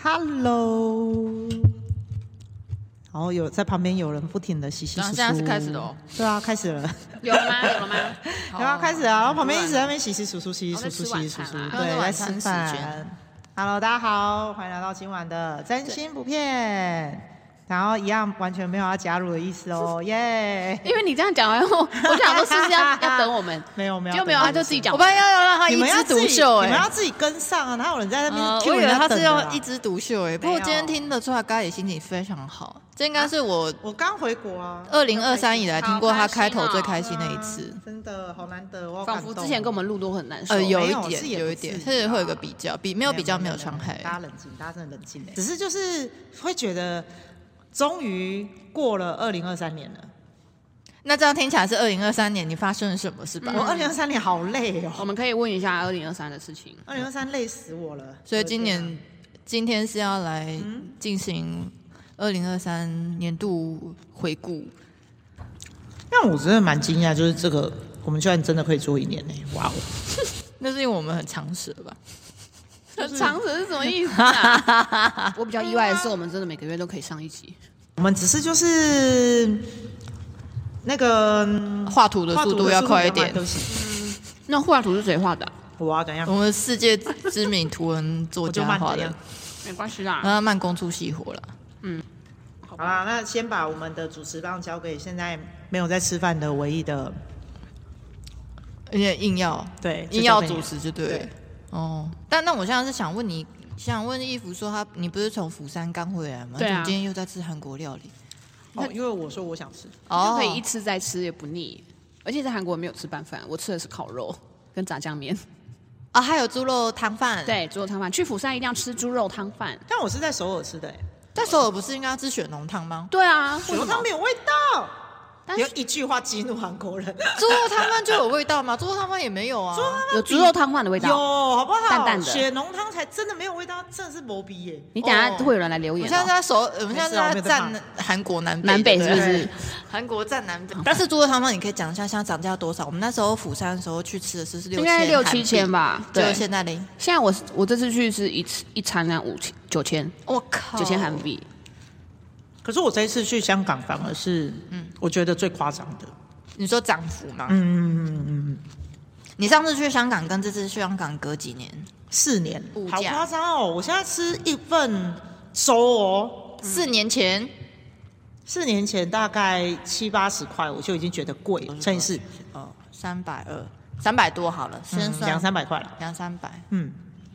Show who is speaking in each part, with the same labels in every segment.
Speaker 1: Hello，然后哦有在旁边有人不停的洗洗
Speaker 2: 然
Speaker 1: 簌
Speaker 2: 后
Speaker 1: 簌。
Speaker 2: 现在是开始了哦。
Speaker 1: 对啊，开始了，
Speaker 2: 有了吗？有了吗？好
Speaker 1: 然后开始了，然后旁边一直在那边洗洗簌簌、洗洗
Speaker 2: 哦在
Speaker 1: 簌簌、
Speaker 2: 吃
Speaker 1: 洗
Speaker 2: 晚
Speaker 1: 洗簌
Speaker 2: 餐
Speaker 1: 簌，
Speaker 2: 啦
Speaker 1: 对，在
Speaker 2: 晚
Speaker 1: 吃
Speaker 2: 餐时
Speaker 1: 饭
Speaker 2: 间。
Speaker 1: Hello，大家好，欢迎来到今晚的真心不骗。然后一样完全没有要加入的意思哦，耶！
Speaker 2: 因为你这样讲完后，我想说是不是要要等我们？
Speaker 1: 没有没有，
Speaker 2: 就没有，他啊就自己讲。
Speaker 3: 我发现要要让他
Speaker 1: 你
Speaker 3: 一
Speaker 1: 们要
Speaker 3: 枝
Speaker 1: 自
Speaker 3: 独
Speaker 1: 己
Speaker 3: 秀
Speaker 1: 你们要
Speaker 3: 哎、呃
Speaker 1: 自己跟上啊！哪有人在那边 cue
Speaker 3: 我以为
Speaker 1: 人家
Speaker 3: 他
Speaker 1: 等
Speaker 3: 是
Speaker 1: 的啦？
Speaker 3: 要一枝独秀哎、不过今天听得出来，咖喱心情非常好。这应
Speaker 1: 啊
Speaker 3: 该是我
Speaker 1: 我刚回国啊，
Speaker 3: 二零二三以来听过他开头最开
Speaker 1: 对
Speaker 3: 心
Speaker 1: 啊
Speaker 3: 的一次。
Speaker 1: 真的好难得，我好
Speaker 2: 仿
Speaker 1: 感
Speaker 2: 佛
Speaker 1: 动
Speaker 2: 之前
Speaker 1: 哦
Speaker 2: 跟我们录都很难受。
Speaker 3: 呃，有
Speaker 1: 没
Speaker 3: 一
Speaker 1: 有是也
Speaker 3: 点，
Speaker 1: 不
Speaker 3: 有一点，
Speaker 1: 至于
Speaker 3: 是会有
Speaker 1: 啊
Speaker 3: 个比较，比没有比较没有伤害。
Speaker 1: 大家冷静，大家真的冷静欸只是就是会觉得，终于过了二零二三年了。
Speaker 3: 那这样听起来是二零二三年你发生了什么是吧？
Speaker 1: 我二零二三年好累
Speaker 2: 我
Speaker 1: 哦，
Speaker 2: 们可以问一下二零二三的事情。
Speaker 1: 二零二三累死我了。
Speaker 3: 所以今
Speaker 1: 我的
Speaker 3: 年今天是要来
Speaker 1: 嗯
Speaker 3: 进行二零二三年度回顾。
Speaker 1: 天啊，但我真的蛮惊讶，就是这个我们居然真的可以做一年呢、哇哦！
Speaker 3: 那是因为我们很长舌吧？
Speaker 2: 长舌是什么意思啊？我比较意外的是，我们真的每个月都可以上一集。
Speaker 1: 我们只是就是那个嗯
Speaker 3: 画图的
Speaker 1: 画
Speaker 3: 速
Speaker 1: 图
Speaker 3: 度
Speaker 1: 的
Speaker 3: 要快一
Speaker 1: 比较慢
Speaker 3: 点
Speaker 1: 对。不起，
Speaker 2: 那画图是谁画的啊？
Speaker 1: 我要等一下
Speaker 3: 我，们世界知名图文作
Speaker 1: 我就
Speaker 3: 家
Speaker 1: 慢
Speaker 3: 画
Speaker 1: 了一
Speaker 3: 的
Speaker 1: 样。，
Speaker 2: 没关系啦。
Speaker 3: 让他慢工出细活了。
Speaker 1: 好啦，那先把我们的主持棒交给现在没有在吃饭的唯一的
Speaker 3: 而且硬要
Speaker 1: 对
Speaker 3: 硬要主持就对了
Speaker 1: 对
Speaker 3: 哦。但那我现在是想问你，想问义福说他，你不是从釜山刚回来吗？
Speaker 2: 对啊
Speaker 3: 怎么今天又在吃韩国料理哦
Speaker 1: 哦，因为我说我想吃，
Speaker 2: 就可以一吃再吃也不腻。而且在韩国没有吃拌饭，我吃的是烤肉跟炸酱面。
Speaker 3: 啊，还有猪肉汤饭。，
Speaker 2: 对，猪肉汤饭。去釜山一定要吃猪肉汤饭。
Speaker 1: 但我是在首尔吃的、欸，
Speaker 3: 但首尔不是应该要吃血浓汤吗？
Speaker 2: 对啊，
Speaker 1: 我
Speaker 2: 为什
Speaker 1: 说
Speaker 2: 么
Speaker 1: 它没有味道，
Speaker 2: 但
Speaker 1: 有
Speaker 2: 是
Speaker 1: 一句话激怒韩国 人，
Speaker 3: 猪肉汤饭就有味道吗？猪肉汤饭也没有啊。
Speaker 2: 有猪肉汤饭的味
Speaker 1: 有
Speaker 2: 道。
Speaker 1: 好不好？
Speaker 2: 淡淡的
Speaker 1: 血浓汤才真的没有味道，真的是磨逼耶、
Speaker 2: 你等下
Speaker 3: 哦
Speaker 2: 会有人来留
Speaker 3: 我
Speaker 2: 言
Speaker 3: 们
Speaker 2: 哦。
Speaker 3: 现在在首，我们现
Speaker 1: 没
Speaker 3: 在在
Speaker 1: 事啊我
Speaker 3: 站
Speaker 1: 没有在
Speaker 3: 韩国南
Speaker 2: 南北
Speaker 3: 对
Speaker 2: 是
Speaker 3: 对
Speaker 2: 不是？
Speaker 3: 韩国站南北。 但是猪肉汤饭你可以讲一下现在涨价多少？我们那时候釜山的时候去吃的是是六
Speaker 2: 应
Speaker 3: 千，
Speaker 2: 该六七千。吧？
Speaker 3: 就
Speaker 2: 对，
Speaker 3: 现在嘞，
Speaker 2: 现在我是我这次去是一次一餐呢五千九千
Speaker 3: 我靠，
Speaker 2: 九千韩币，
Speaker 1: 可是我这一次去香港反而是，嗯，我觉得最夸张的，
Speaker 3: 你说涨幅吗？
Speaker 1: 嗯嗯嗯嗯，
Speaker 3: 你上次去香港跟这次去香港隔几年？
Speaker 1: 四年
Speaker 3: 物，价
Speaker 1: 好夸张哦！我现在吃一份粥哦，
Speaker 2: 嗯
Speaker 3: 四年前，
Speaker 1: 四年前大概七八十块，我就已经觉得贵了，乘以四，
Speaker 3: 哦，三百二，三百多好了，先
Speaker 1: 嗯
Speaker 3: 算
Speaker 1: 两三百块了，
Speaker 3: 两三百。
Speaker 1: 嗯，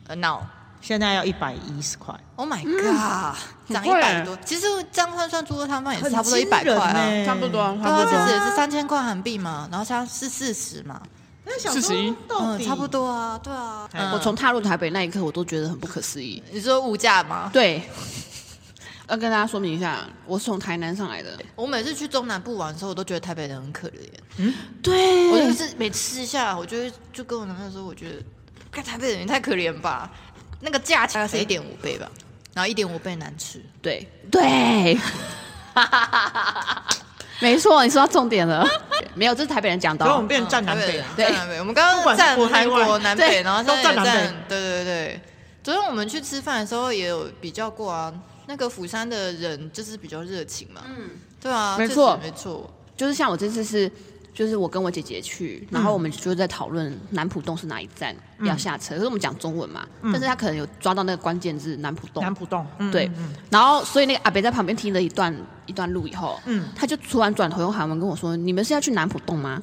Speaker 3: 呃，no。
Speaker 1: 现在要一百一十块，
Speaker 3: Oh my god，涨
Speaker 2: 嗯很
Speaker 3: 一
Speaker 2: 贵
Speaker 3: 百多，其实这样换算猪肉汤饭也是
Speaker 1: 很
Speaker 3: 差不多一百
Speaker 1: 惊
Speaker 3: 块
Speaker 1: 人欸
Speaker 3: 啊，
Speaker 1: 呢
Speaker 2: 差不多
Speaker 3: 对
Speaker 2: 差
Speaker 3: 啊，
Speaker 2: 不多
Speaker 3: 其实也是三千块韩币嘛，然后现在是四十嘛，
Speaker 1: 那想
Speaker 2: 41
Speaker 1: 说到
Speaker 3: 嗯，
Speaker 1: 底
Speaker 3: 差不。多啊，对啊。
Speaker 1: 嗯
Speaker 2: 我从踏入台北那一刻，我都觉得很不可思议。
Speaker 3: 你说物价吗？
Speaker 2: 对， 要跟大家说明一下，我是从台南上来的。
Speaker 3: 我每次去中南部玩的时候，我都觉得台北人很可怜。
Speaker 2: 对
Speaker 3: 我就是每吃一下，我就会就跟我男朋友说，我觉得，看台北人也太可怜吧，那个价钱大概是一点五倍吧，然后一点五倍难吃。
Speaker 2: 对对， 没错，你说到重点了。 没有，这是台北人讲的
Speaker 1: 所以我
Speaker 2: 哦
Speaker 1: 们。变成站南北了，啊
Speaker 3: 对，站南嗯北。我们刚刚站
Speaker 1: 不管
Speaker 3: 韩
Speaker 1: 是国内
Speaker 3: 国
Speaker 1: 外
Speaker 3: 南
Speaker 2: 对
Speaker 3: 北，然后现在也
Speaker 1: 都站南北
Speaker 3: 站，对对对。昨天我们去吃饭的时候也有比较过啊，那个釜山的人就是比较热情嘛，嗯，对啊，
Speaker 2: 没错嗯
Speaker 3: 确实没错。
Speaker 2: 就是像我这次是，就是我跟我姐姐去，然后我们就在讨论南浦洞是哪一站、要下
Speaker 1: 嗯
Speaker 2: 车，可是我们讲中文嘛，但是他可能有抓到那个关键字南浦洞
Speaker 1: 南。浦洞，嗯
Speaker 2: 对，然后所以那个阿北在旁边听了一段一段路以后，
Speaker 1: 嗯
Speaker 2: 他就突然转头用韩文跟我说：“你们是要去南浦洞吗？”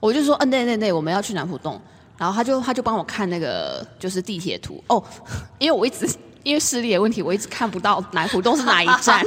Speaker 2: 我就说：“嗯，对对对，我们要去南浦洞。”然后他就他就帮我看那个就是地铁图哦，因为我一直因为视力的问题，我一直看不到南浦洞是哪一站，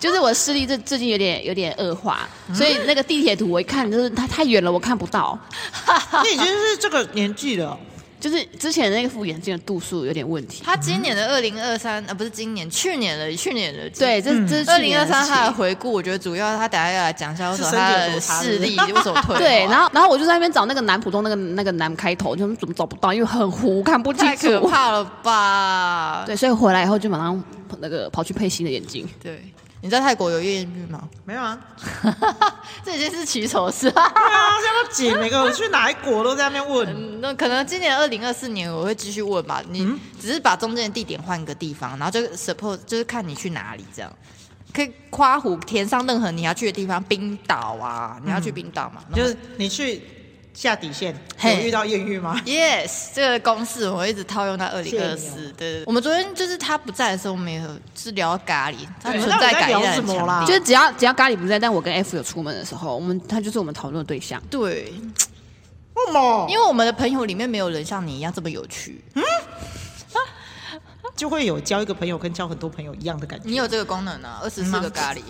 Speaker 2: 就是我的视力最最近有点有点恶化，所以那个地铁图我一看就是它太远了，我看不到，
Speaker 1: 那已经是这个年纪了，
Speaker 2: 就是之前那个副眼镜的度数有点问题。
Speaker 3: 他今年的二零二三，呃，不是今年，去年的去年的，
Speaker 2: 对，这这是
Speaker 3: 二
Speaker 2: 去
Speaker 3: 零
Speaker 2: 年
Speaker 3: 二
Speaker 2: 的
Speaker 3: 三
Speaker 2: 事
Speaker 3: 他的
Speaker 2: 情
Speaker 3: 回顾，我觉得主要他等下要来讲一下为什么
Speaker 1: 是身
Speaker 3: 他
Speaker 1: 体有
Speaker 3: 的
Speaker 1: 多差
Speaker 3: 视力
Speaker 1: 是不是
Speaker 3: 为什么退化。
Speaker 2: 对，然后然后我就在那边找那个南浦东那个那个南开头，就是怎么找不到，因为很糊，看不清
Speaker 3: 太可
Speaker 2: 楚。
Speaker 3: 怕了吧？
Speaker 2: 对，所以回来以后就马上那个跑去配新的眼镜。
Speaker 3: 对，你在泰国有艳遇吗？
Speaker 1: 没有啊，
Speaker 3: 这已经是奇丑事。
Speaker 1: 对啊，现在都挤每个我去哪一国都在那边问，
Speaker 3: 嗯那可能今年二零二四年我会继续问吧。
Speaker 1: 嗯
Speaker 3: 你只是把中间的地点换个地方，然后就 suppose 就是看你去哪里这样。可以夸虎填上任何你要去的地方，冰岛啊，你要去冰岛嘛？
Speaker 1: 就
Speaker 3: 就是
Speaker 1: 你去下底线有
Speaker 3: 嘿
Speaker 1: 遇到艳遇吗？
Speaker 3: yes 这个公式我会一直套用到二
Speaker 1: 谢
Speaker 3: 零
Speaker 1: 谢
Speaker 3: 二
Speaker 1: 你哦
Speaker 3: 四。对对，对我们昨天就是他不在的时候，我们也有是聊咖喱，他
Speaker 1: 对
Speaker 3: 存在感
Speaker 1: 那我们在聊
Speaker 3: 也
Speaker 1: 什
Speaker 3: 很
Speaker 1: 么
Speaker 3: 强
Speaker 1: 啦
Speaker 3: 烈。
Speaker 2: 就是只要只要咖喱不在，但我跟 F 有出门的时候，我们他就是我们讨论的对象。
Speaker 3: 对，
Speaker 1: 为么？
Speaker 3: 因为我们的朋友里面没有人像你一样这么有趣，
Speaker 1: 就会有交一个朋友跟交很多朋友一样的感觉。
Speaker 3: 你有这个功能啊，二十四个咖喱。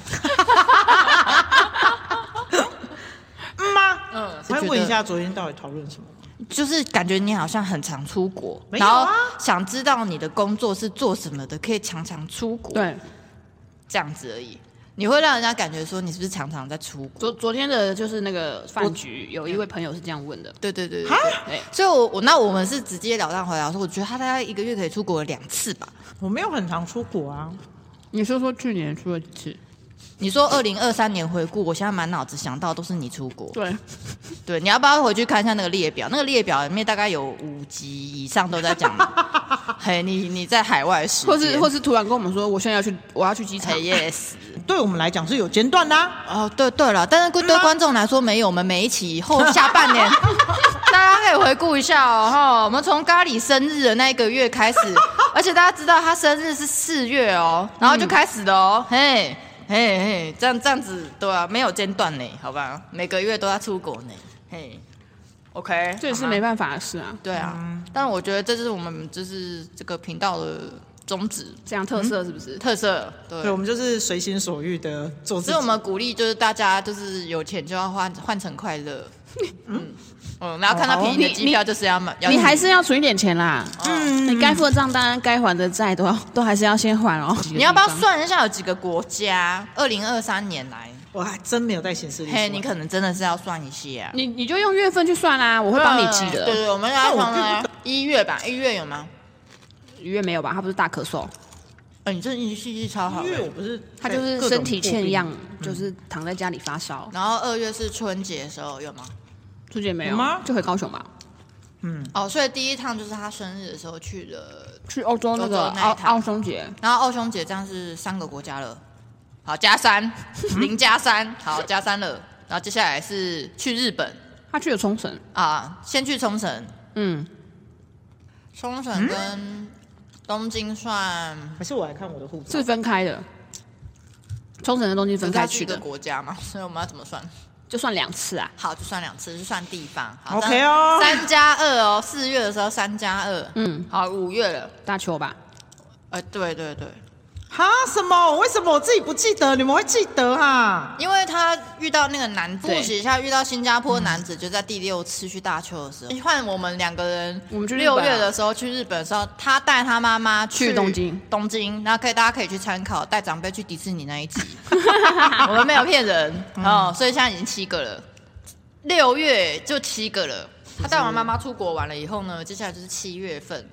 Speaker 1: 嗯吗？
Speaker 3: 嗯
Speaker 1: 我还问一下昨天到底讨论什么？
Speaker 3: 就是感觉你好像很常出国，
Speaker 1: 没有
Speaker 3: 然
Speaker 1: 啊
Speaker 3: 后想知道你的工作是做什么的，可以常常出国，，
Speaker 2: 对，
Speaker 3: 这样子而已。你会让人家感觉说你是不是常常在出国？
Speaker 2: 昨昨天的就是那个饭局，有一位朋友是这样问的，
Speaker 3: 对对对对
Speaker 1: 哈
Speaker 3: 对。
Speaker 2: 对，
Speaker 3: 所以我，我那我们是直截了当回答说，我觉得他大概一个月可以出国两次吧。
Speaker 1: 我没有很常出国啊，
Speaker 2: 你是说去年出了几次？
Speaker 3: 你说二零二三年回顾，我现在满脑子想到都是你出国。
Speaker 2: 对，
Speaker 3: 对，你要不要回去看一下那个列表？那个列表里面大概有五集以上都在讲你，嘿，你你在海外时
Speaker 2: 或是或
Speaker 3: 是
Speaker 2: 是突然跟我们说，我现在要去，我要去机场
Speaker 3: 嘿。yes。
Speaker 1: 对我们来讲是有间断的啊、
Speaker 3: 哦，对对了，但是对观众来说没有，我们每一期后下半年， 大家可以回顾一下哦，哈，我们从咖喱生日的那一个月开始， 而且大家知道他生日是四月哦，然后就开始了哦，嘿。嘿嘿，这样这样子对啊，没有间断呢，好吧，每个月都要出国呢，嘿，OK，
Speaker 2: 这也是
Speaker 3: 好吗
Speaker 2: 没办法的事啊，
Speaker 3: 对啊，但我觉得这是我们就是这个频道的宗旨
Speaker 2: 这样特色是不是？
Speaker 3: 特色，对，
Speaker 1: 对，我们就是随心所欲的做自己。
Speaker 3: 所以我们鼓励就是大家就是有钱就要换换成快乐，嗯嗯，然后看到便宜的机票就是要买，要哦
Speaker 2: 你还是要存一点钱啦，
Speaker 1: 嗯
Speaker 2: 你该付的账单、该还的债都要都还是要先还哦。
Speaker 3: 你要不要算一下有几个国家？二零二三年来，
Speaker 1: 我还真没有带显示力出来。
Speaker 3: 嘿，你可能真的是要算一下，啊
Speaker 2: 你你就用月份去算啦，我会帮你记
Speaker 3: 对
Speaker 2: 的。
Speaker 3: 对，我们要啊从那个一月吧，一月有吗？
Speaker 2: 一月没有吧？他不是大咳嗽，
Speaker 3: 嗯，你这记记忆超好
Speaker 1: 因为我
Speaker 3: 的。
Speaker 1: 不是
Speaker 2: 他就是
Speaker 1: 各种
Speaker 2: 身体
Speaker 1: 破嗯
Speaker 2: 欠
Speaker 1: 病
Speaker 2: 样，就是躺在家里发烧。
Speaker 3: 然后二月是春节的时候有吗？
Speaker 2: 朱姐没
Speaker 1: 有
Speaker 2: 有
Speaker 1: 吗
Speaker 2: 就回高雄吧，
Speaker 3: 哦，所以第一趟就是他生日的时候去了，
Speaker 2: 去欧洲那个
Speaker 3: 欧洲那一
Speaker 2: 奥
Speaker 3: 趟
Speaker 2: 奥松节。
Speaker 3: 然后奥兄姐这样是三个国家了，好加三，零加三，好加三了。然后接下来是去日本
Speaker 2: 他去了冲绳，
Speaker 3: 啊，先去冲绳，
Speaker 2: 嗯，
Speaker 3: 冲绳跟东京算
Speaker 1: 嗯还是我来看我的护照
Speaker 2: 是。分开的。冲绳跟东京
Speaker 3: 可
Speaker 2: 分
Speaker 3: 是
Speaker 2: 开
Speaker 3: 它是
Speaker 2: 去
Speaker 3: 一个
Speaker 2: 的，
Speaker 3: 国家嘛，所以我们要怎么算？
Speaker 2: 就算两次啊。
Speaker 3: 好，就算两次，就算地方。好
Speaker 1: OK
Speaker 3: 三
Speaker 1: 哦
Speaker 3: 三加二哦，四月的时候三加二，
Speaker 2: 嗯，
Speaker 3: 好，五月了，
Speaker 2: 大邱吧，
Speaker 3: 呃，对对对，
Speaker 1: 哈？什么？为什么我自己不记得？你们会记得啊？
Speaker 3: 因为他遇到那个男
Speaker 2: 对嗯
Speaker 3: 复习一下，遇到新加坡男子，就在第六次去大邱的时候，换我们两个人，
Speaker 2: 我们去日本
Speaker 3: 六
Speaker 2: 啊
Speaker 3: 月的时候去日本的时候，他带他妈妈
Speaker 2: 去东京，
Speaker 3: 东京，然后可以大家可以去参考带长辈去迪士尼那一 集，我们没有骗人
Speaker 2: 嗯
Speaker 3: 哦，所以现在已经七个了，六月就七个了。他带完妈妈出国玩了以后呢，接下来就是七月份，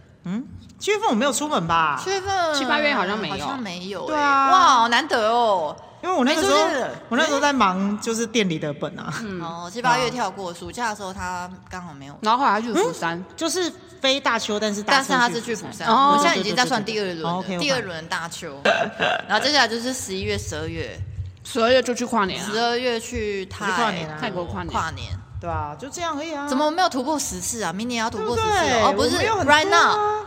Speaker 1: 七月份我没有出门吧
Speaker 3: 七？月份
Speaker 2: 啊七八月好像没有
Speaker 3: 好像没有欸、
Speaker 1: 对啊
Speaker 3: 哇，好难得哦。
Speaker 1: 因为我那个时候
Speaker 3: 没出去，
Speaker 1: 我那时候在忙就是店里的本啊，
Speaker 2: 嗯
Speaker 3: 哦，七八月跳过，暑假的时候他刚好没有
Speaker 2: 然后后来他去釜
Speaker 3: 嗯
Speaker 2: 山，
Speaker 1: 就是非大邱，但是大
Speaker 3: 但是他
Speaker 1: 邱
Speaker 3: 是去
Speaker 1: 去
Speaker 3: 釜山，
Speaker 2: 哦
Speaker 3: 我现在已经在算第二轮
Speaker 1: 哦
Speaker 3: 了
Speaker 1: ，OK，OK
Speaker 3: 第二轮大邱，然后接下来就是十一月、十二月，
Speaker 2: 十二月就去跨年
Speaker 3: 十
Speaker 2: 了。
Speaker 3: 二月去泰
Speaker 1: 去跨年啊
Speaker 2: 泰国跨年
Speaker 3: 跨年嗯
Speaker 1: 对啊，就这样而已啊。
Speaker 3: 怎么没有突破十次啊？明年要突
Speaker 1: 对
Speaker 3: 破
Speaker 1: 不
Speaker 3: 十
Speaker 1: 对？
Speaker 3: 次哦，哦不是
Speaker 1: 我没有很多啊
Speaker 3: ，right now，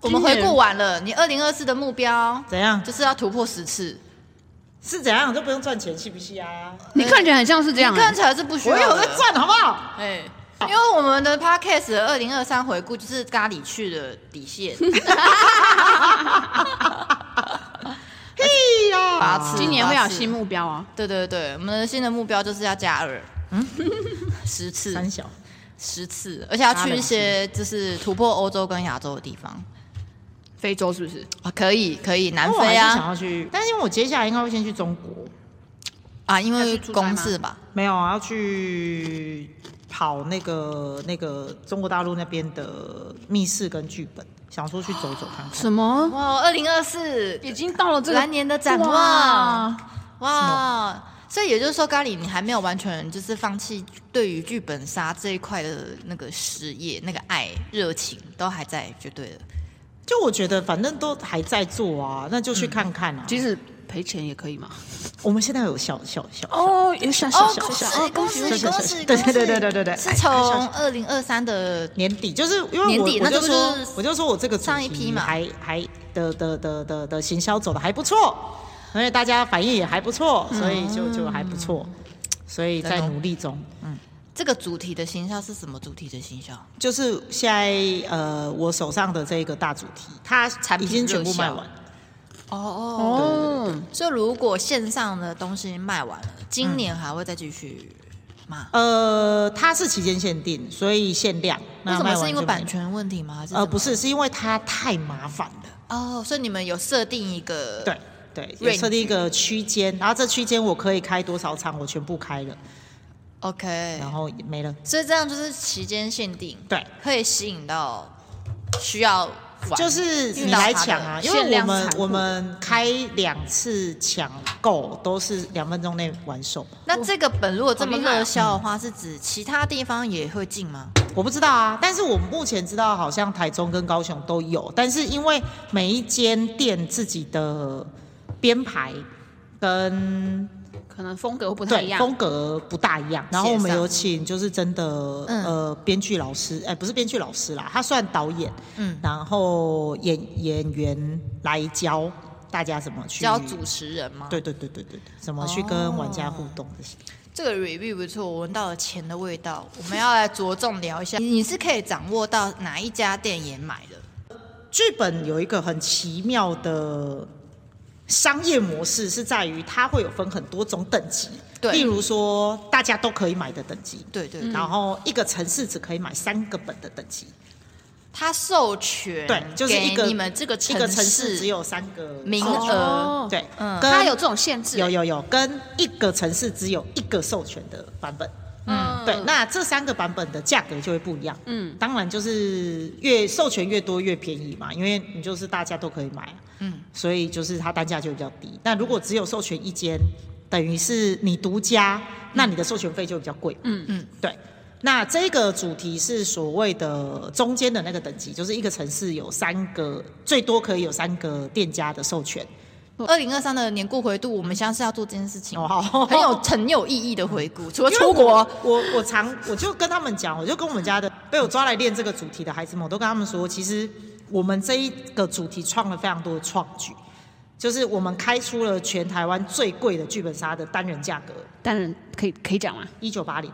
Speaker 3: 我们回顾完了，你二零二四的目标
Speaker 1: 怎样？
Speaker 3: 就是要突破十次，
Speaker 1: 是怎样都不用赚钱，是不是啊？
Speaker 2: 你看起来很像是这样欸，
Speaker 3: 看起来是啊不需
Speaker 1: 我
Speaker 3: 要
Speaker 1: 有在
Speaker 3: 的，
Speaker 1: 赚，好不好？
Speaker 3: 哎。因为我们的 podcast 二零二三回顾就是咖喱去的 底线，
Speaker 1: 屁呀！
Speaker 3: 八次
Speaker 2: 今年会有新目标啊。
Speaker 3: 对对对，我们的新的目标就是要加二，嗯， 十次，
Speaker 1: 三小，
Speaker 3: 十次，而且要去一些就是突破欧洲跟亚洲的地方
Speaker 2: 非洲是不是？
Speaker 3: 啊，可以可以，南
Speaker 1: 那哦我还
Speaker 3: 非
Speaker 1: 是想
Speaker 3: 啊
Speaker 1: 要去，但是因为我接下来应该会先去中国，
Speaker 3: 啊，因为
Speaker 2: 要去出差吗
Speaker 3: 公事吧，
Speaker 1: 没有啊，要去跑那个那个中国大陆那边的密室跟剧本，想说去走走看看。
Speaker 2: 什么？
Speaker 3: 哇，二零二四
Speaker 2: 已经到了这个
Speaker 3: 来年的展望
Speaker 2: 哇，
Speaker 3: 哇！所以也就是说，咖喱你还没有完全就是放弃对于剧本杀这一块的那个事业、那个爱、热情都还在，就对了。
Speaker 1: 就我觉得反正都还在做啊，那就去看看啊。
Speaker 2: 即使赔钱也可以嘛？
Speaker 1: 我们现在有小小小，
Speaker 2: 哦，也想想想想，哦，
Speaker 3: 恭喜
Speaker 1: 恭喜
Speaker 3: 恭
Speaker 1: 恭
Speaker 3: 喜！
Speaker 1: 喜对对对对对对对
Speaker 3: 是从二零二三的
Speaker 1: 年底就是因为我
Speaker 3: 年底那
Speaker 1: 我
Speaker 3: 这
Speaker 1: 就
Speaker 3: 不
Speaker 1: 说
Speaker 3: 就是
Speaker 1: 我就说我这个主题
Speaker 3: 上一批嘛
Speaker 1: 还还的的的的的行销走的还不错，而且大家反应也还不错，所以就就还不错，所以在
Speaker 3: 真的哦
Speaker 1: 努力中。
Speaker 3: 这个主题的行销是什么主题的行销？
Speaker 1: 就是现在呃，我手上的这个大主题，它
Speaker 3: 产品
Speaker 1: 已经全部
Speaker 3: 热销
Speaker 1: 卖完，
Speaker 3: 哦哦，
Speaker 2: 哦，
Speaker 3: 所以如果线上的东西卖完了，今年还会再继续吗？
Speaker 1: 呃，它是期间限定，所以限量。
Speaker 3: 为
Speaker 1: 嗯那
Speaker 3: 什
Speaker 1: 卖
Speaker 3: 么
Speaker 1: 完
Speaker 3: 是因为
Speaker 1: 就没
Speaker 3: 版？权问题吗？还是
Speaker 1: 呃，不
Speaker 3: 是
Speaker 1: 是，是因为它太麻烦了。
Speaker 3: 哦，所以你们有设定一个
Speaker 1: 对对，有
Speaker 3: range
Speaker 1: 设定一个区间，然后这区间我可以开多少场，我全部开了，
Speaker 3: OK，
Speaker 1: 然后也没了。
Speaker 3: 所以这样就是期间限定，
Speaker 1: 对，
Speaker 3: 可以吸引到需要玩
Speaker 1: 就是
Speaker 3: 遇
Speaker 1: 你
Speaker 3: 到
Speaker 1: 来
Speaker 3: 它的
Speaker 1: 抢啊，因
Speaker 2: 限
Speaker 1: 为我
Speaker 2: 量
Speaker 1: 们
Speaker 2: 产物
Speaker 1: 我们开两次抢购都是两分钟内完售，
Speaker 3: 那这个本如果这么
Speaker 2: 好厉害啊
Speaker 3: 热销的话，是指其他地方也会进吗？
Speaker 1: 我不知道啊，但是我目前知道好像台中跟高雄都有，但是因为每一间店自己的编排跟
Speaker 2: 可能风格会不太一
Speaker 1: 对
Speaker 2: 样。
Speaker 1: 风格不大一样，然后我们
Speaker 3: 协商
Speaker 1: 有请就是真的、
Speaker 3: 嗯
Speaker 1: 呃编剧老师，哎、不是编剧老师啦，他算导演，
Speaker 3: 嗯
Speaker 1: 然后演演员来教大家怎么去
Speaker 3: 叫主持哦人吗？，
Speaker 1: 对对对对对，怎么去跟玩家互动这些。
Speaker 3: 这个 review 不错，我闻到了钱的味道。我们要来着重聊一下，你是可以掌握到哪一家店也买的？
Speaker 1: 剧本有一个很奇妙的商业模式，是在于它会有分很多种等级，
Speaker 3: 对嗯
Speaker 1: 例如说大家都可以买的等级，
Speaker 3: 对对对，
Speaker 1: 然后一个城市只可以买三个本的等级，
Speaker 3: 他授权
Speaker 1: 对，就是一
Speaker 3: 给
Speaker 1: 个
Speaker 3: 你们这个
Speaker 1: 一个城市
Speaker 3: 市
Speaker 1: 只有三个
Speaker 3: 名
Speaker 1: 授权
Speaker 2: 哦
Speaker 3: 额，
Speaker 1: 对，
Speaker 3: 嗯
Speaker 1: 跟
Speaker 2: 它有这种限制，
Speaker 1: 有有有，跟一个城市只有一个授权的版本，
Speaker 2: 嗯，
Speaker 1: 对，那这三个版本的价格就会不一样，
Speaker 2: 嗯，
Speaker 1: 当然就是越授权越多越便宜嘛，因为你就是大家都可以买，
Speaker 3: 嗯，
Speaker 1: 所以就是它单价就会比较低。那如果只有授权一间，等于是你独家，那你的授权费就会比较贵，
Speaker 2: 嗯
Speaker 3: 嗯，
Speaker 1: 对。那这个主题是所谓的中间的那个等级，就是一个城市有三个，最多可以有三个店家的授权。
Speaker 3: 二零二三的年顾回顾，我们现在是要做这件事情，
Speaker 1: 哦， 好，
Speaker 3: 很有很有意义的回顾。除了
Speaker 1: 因为
Speaker 3: 出国，
Speaker 1: 我，我我常我就跟他们讲，我就跟我们家的被我抓来练这个主题的孩子们，我都跟他们说，其实我们这一个主题创了非常多的创举，就是我们开出了全台湾最贵的剧本杀的单人价格
Speaker 2: 单人可以可以讲吗？
Speaker 1: 一九八零，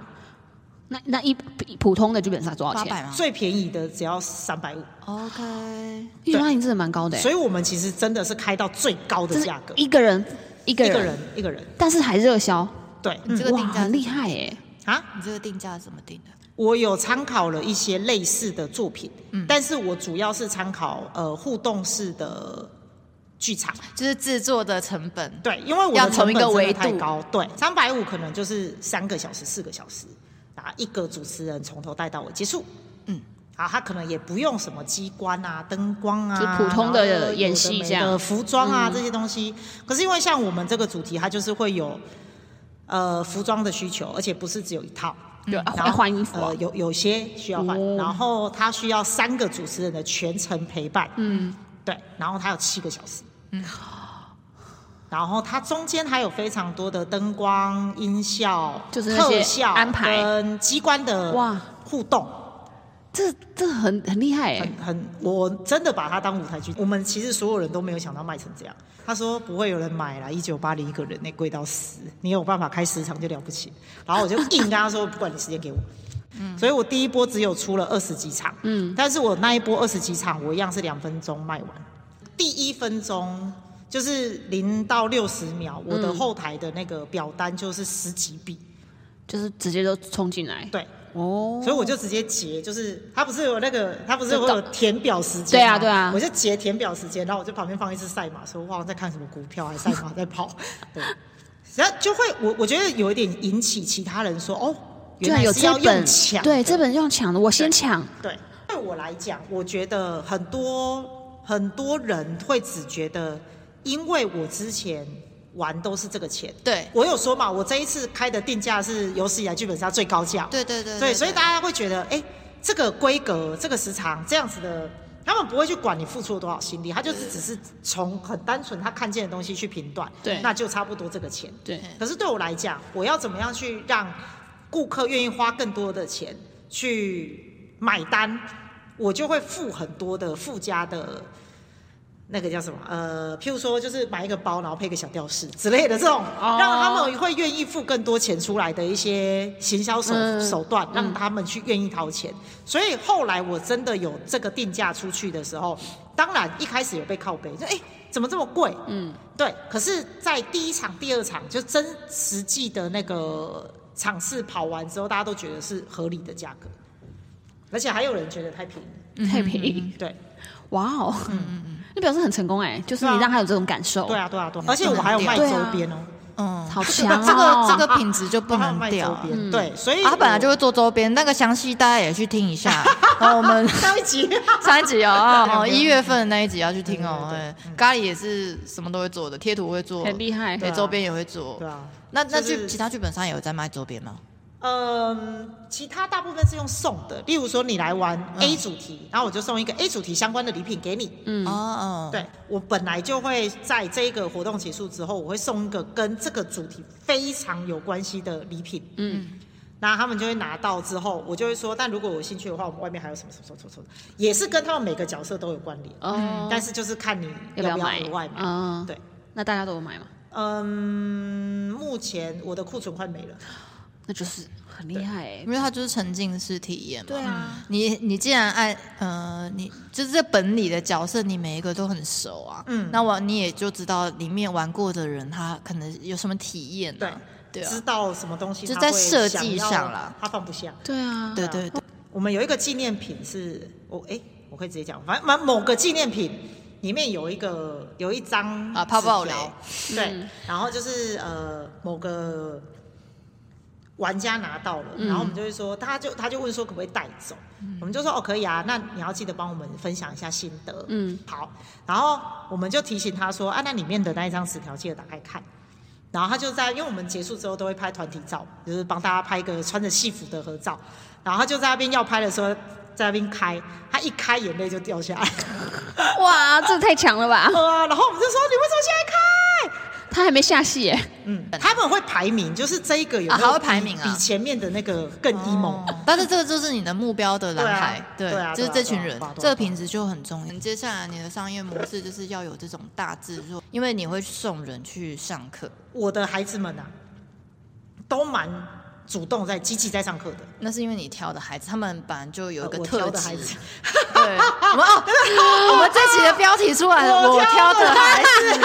Speaker 2: 那那一普通的剧本杀多少
Speaker 3: 八
Speaker 2: 钱？
Speaker 3: 百吗
Speaker 1: 最便宜的只要三百五，
Speaker 3: ？OK，
Speaker 2: 一九八零真的蛮高的欸，
Speaker 1: 所以我们其实真的是开到最高
Speaker 2: 这
Speaker 1: 的
Speaker 2: 是
Speaker 1: 价格，
Speaker 2: 一个人一个
Speaker 1: 一个
Speaker 2: 人，
Speaker 1: 人一个人，
Speaker 2: 但是还热销，
Speaker 1: 对，
Speaker 3: 这
Speaker 1: 嗯
Speaker 3: 个
Speaker 2: 哇，
Speaker 3: 定价
Speaker 2: 很厉害欸耶！
Speaker 1: 啊，
Speaker 3: 你这个定价是怎么定的？
Speaker 1: 我有参考了一些类似的作品，但是我主要是参考呃互动式的剧场。
Speaker 3: 就是制作的成本，
Speaker 1: 对，因为我
Speaker 3: 要
Speaker 1: 的成
Speaker 3: 同一
Speaker 1: 本
Speaker 3: 个
Speaker 1: 真
Speaker 3: 维
Speaker 1: 的太
Speaker 3: 度
Speaker 1: 高，对，三百五可能就是三个小时、四个小时，啊，一个主持人从头带到尾结束，
Speaker 3: 嗯，
Speaker 1: 啊，他可能也不用什么机关啊、灯光啊，
Speaker 2: 就普通的
Speaker 1: 然后有
Speaker 2: 演戏
Speaker 1: 没的
Speaker 2: 这样
Speaker 1: 服装啊、
Speaker 2: 嗯
Speaker 1: 这些东西。可是因为像我们这个主题，它就是会有呃服装的需求，而且不是只有一套。嗯
Speaker 2: 对，
Speaker 1: 然
Speaker 2: 要
Speaker 1: 后
Speaker 2: 换衣服啊
Speaker 1: 呃，，有有些需要换，
Speaker 2: 哦
Speaker 1: 然后他需要三个主持人的全程陪伴，
Speaker 2: 嗯，
Speaker 1: 对，然后它有七个小时，然后它中间还有非常多的灯光、音效、
Speaker 2: 就是那些
Speaker 1: 特效
Speaker 2: 安排
Speaker 1: 跟机关的
Speaker 2: 哇
Speaker 1: 互动，
Speaker 2: 这这很很厉害
Speaker 1: 很
Speaker 2: 哎，
Speaker 1: 很，我真的把它当舞台剧。我们其实所有人都没有想到卖成这样。他说不会有人买啦，一九八零一个人那贵到死，你有办法开十场就了不起。然后我就硬跟他说，不管你时间给我。所以我第一波只有出了二十几场，嗯，但是我那一波二十几场，我一样是两分钟卖完。第一分钟就是零到六十秒，我的后台的那个表单就是十几笔，
Speaker 2: 就是直接都冲进来
Speaker 1: 对，
Speaker 2: 哦。
Speaker 1: 所以我就直接截，就是他不是有那个，他不是会
Speaker 2: 就
Speaker 1: 有
Speaker 2: 到
Speaker 1: 填表时间？
Speaker 2: 对啊对啊
Speaker 1: 我就截填表时间，然后我就旁边放一只赛马，说哇我在看什么股票，啊还赛马在跑， 对，然后就会我我觉得有一点引起其他人说哦，
Speaker 2: 居
Speaker 1: 原
Speaker 2: 然
Speaker 1: 来
Speaker 2: 啊有
Speaker 1: 是要
Speaker 2: 这
Speaker 1: 用
Speaker 2: 本
Speaker 1: 抢，
Speaker 2: 对这本用抢的，我先抢，
Speaker 1: 对。因为我来讲，我觉得很多很多人会只觉得，因为我之前玩都是这个钱，
Speaker 3: 对
Speaker 1: 我有说嘛，我这一次开的定价是有史以来剧本杀最高价，
Speaker 3: 对对对
Speaker 1: 对，所以大家会觉得，哎、这个规格、这个时长这样子的，他们不会去管你付出了多少心力，他就是只是从很单纯他看见的东西去评断，
Speaker 2: 对
Speaker 1: 那就差不多这个钱。
Speaker 2: 对
Speaker 3: 嗯
Speaker 1: 可是对我来讲，我要怎么样去让顾客愿意花更多的钱去买单，我就会付很多的附加的。那个叫什么？呃，譬如说，就是买一个包，然后配个小吊饰之类的这种，
Speaker 2: 哦
Speaker 1: 让他们会愿意付更多钱出来的一些行销手、
Speaker 2: 嗯
Speaker 1: 手段，让他们去愿意掏钱。所以后来我真的有这个定价出去的时候，当然一开始有被靠背，就哎、诶怎么这么贵？
Speaker 2: 嗯，
Speaker 1: 对，可是，在第一场、第二场就真实际的那个场次跑完之后，大家都觉得是合理的价格，而且还有人觉得太便宜。
Speaker 3: 嗯
Speaker 2: 太便宜，
Speaker 1: 对，
Speaker 2: 哇哦，那表示很成功哎，就是你
Speaker 1: 对啊
Speaker 2: 让他有这种感
Speaker 3: 哦
Speaker 2: 受，
Speaker 1: 对啊，对啊，
Speaker 3: 哎
Speaker 1: 对啊，而且我还有卖
Speaker 2: 对
Speaker 1: 周
Speaker 2: 啊
Speaker 1: 边哦、
Speaker 3: 嗯，
Speaker 2: 好
Speaker 3: 这
Speaker 2: 强
Speaker 3: 个
Speaker 2: 哦
Speaker 3: 这个这个品质就
Speaker 1: 我
Speaker 3: 不
Speaker 1: 还有
Speaker 3: 能
Speaker 1: 卖
Speaker 3: 掉
Speaker 1: 周
Speaker 3: 啊。
Speaker 1: 边，
Speaker 2: 嗯
Speaker 1: 对，所以
Speaker 3: 啊他本来就
Speaker 1: 我
Speaker 3: 会做周边，那个详细大家也去听一 下。然后我们
Speaker 1: 上一集
Speaker 3: 上一集哦哦，哦
Speaker 1: 对对对
Speaker 3: 一月份的那一集要去听哦。
Speaker 1: 对对对
Speaker 3: 哎咖喱也是什么都会做的，贴图会做，
Speaker 2: 很厉害
Speaker 1: 对
Speaker 3: 对，
Speaker 1: 啊
Speaker 3: 周边也会做
Speaker 1: 对。啊，
Speaker 3: 那那
Speaker 1: 就是
Speaker 3: 剧其他剧本杀也有在卖周边吗？
Speaker 1: 嗯，其他大部分是用送的，例如说你来玩 A 主题，然后我就送一个 A 主题相关的礼品给你。
Speaker 2: 嗯
Speaker 3: 哦哦，
Speaker 1: 对我本来就会在这个活动结束之后，我会送一个跟这个主题非常有关系的礼品。
Speaker 2: 嗯，
Speaker 1: 那他们就会拿到之后，我就会说，但如果有兴趣的话，我们外面还有什么什么什么什么什么，也是跟他们每个角色都有关联，
Speaker 2: 哦，
Speaker 1: 但是就是看你
Speaker 2: 要
Speaker 1: 要不嗯
Speaker 2: 不要
Speaker 1: 要
Speaker 2: 买
Speaker 1: 额外买。
Speaker 2: 嗯
Speaker 1: 对，
Speaker 2: 那大家都有买吗？
Speaker 1: 嗯，目前我的库存快没了。
Speaker 2: 那就是很厉害哎
Speaker 3: 因，为它就是沉浸式体验嘛。
Speaker 2: 对啊，
Speaker 3: 你你既然爱呃，你就是这本里的角色，你每一个都很熟啊。
Speaker 1: 嗯
Speaker 3: 那我你也就知道里面玩过的人，他可能有什么体验、
Speaker 1: 对
Speaker 3: 啊。对啊
Speaker 1: 知，道什么东西
Speaker 3: 就
Speaker 1: 他
Speaker 3: 在
Speaker 1: 会
Speaker 3: 设
Speaker 1: 想
Speaker 3: 计
Speaker 1: 要
Speaker 3: 上啦
Speaker 1: 他放不下。
Speaker 2: 对啊，
Speaker 3: 对对对，
Speaker 1: 我们有一个纪念品是，我、哎、我可以直接讲，反正反正某个纪念品里面有一个有一张
Speaker 3: 啊泡泡
Speaker 1: 纸条
Speaker 3: 雷
Speaker 1: 对，
Speaker 2: 嗯
Speaker 1: 然后就是呃某个玩家拿到了，
Speaker 2: 嗯
Speaker 1: 然后我们就会说，他就他就问说可不可以带走，
Speaker 3: 嗯
Speaker 1: 我们就说哦可以啊，那你要记得帮我们分享一下心得，
Speaker 2: 嗯，
Speaker 1: 好，然后我们就提醒他说啊，那里面的那一张纸条记得打开看。然后他就在，因为我们结束之后都会拍团体照，就是帮大家拍一个穿着戏服的合照。然后他就在那边要拍的时候，在那边开，他一开眼泪就掉下 来。
Speaker 2: 哇，这太强了吧！
Speaker 1: 呃、然后我们就说你为什么现在开？
Speaker 2: 他还没下戏欸耶，
Speaker 1: 嗯，他们会排名，就是这一个有
Speaker 3: 啊
Speaker 1: 没有
Speaker 3: 还会
Speaker 1: 比
Speaker 3: 排名啊
Speaker 1: 比前面的那个更 emo。
Speaker 3: 哦但是这个就是你的目标的蓝海，
Speaker 1: 对啊对啊
Speaker 3: 就是这群人
Speaker 1: 对啊对啊，对啊
Speaker 3: 这个品质就很重要。接下来你的商业模式就是要有这种大制作，因为你会送人去上课，
Speaker 1: 我的孩子们啊，都蛮主动在积极在上课的。
Speaker 3: 那是因为你挑的孩子，他们本来就有一个
Speaker 1: 呃我
Speaker 3: 特
Speaker 1: 挑的
Speaker 3: 质
Speaker 1: 孩。子，
Speaker 3: 对，我们哦， 我们这期的标题出来了，
Speaker 1: 我
Speaker 3: 我挑
Speaker 1: 挑
Speaker 3: 的
Speaker 1: 的
Speaker 3: 孩 子，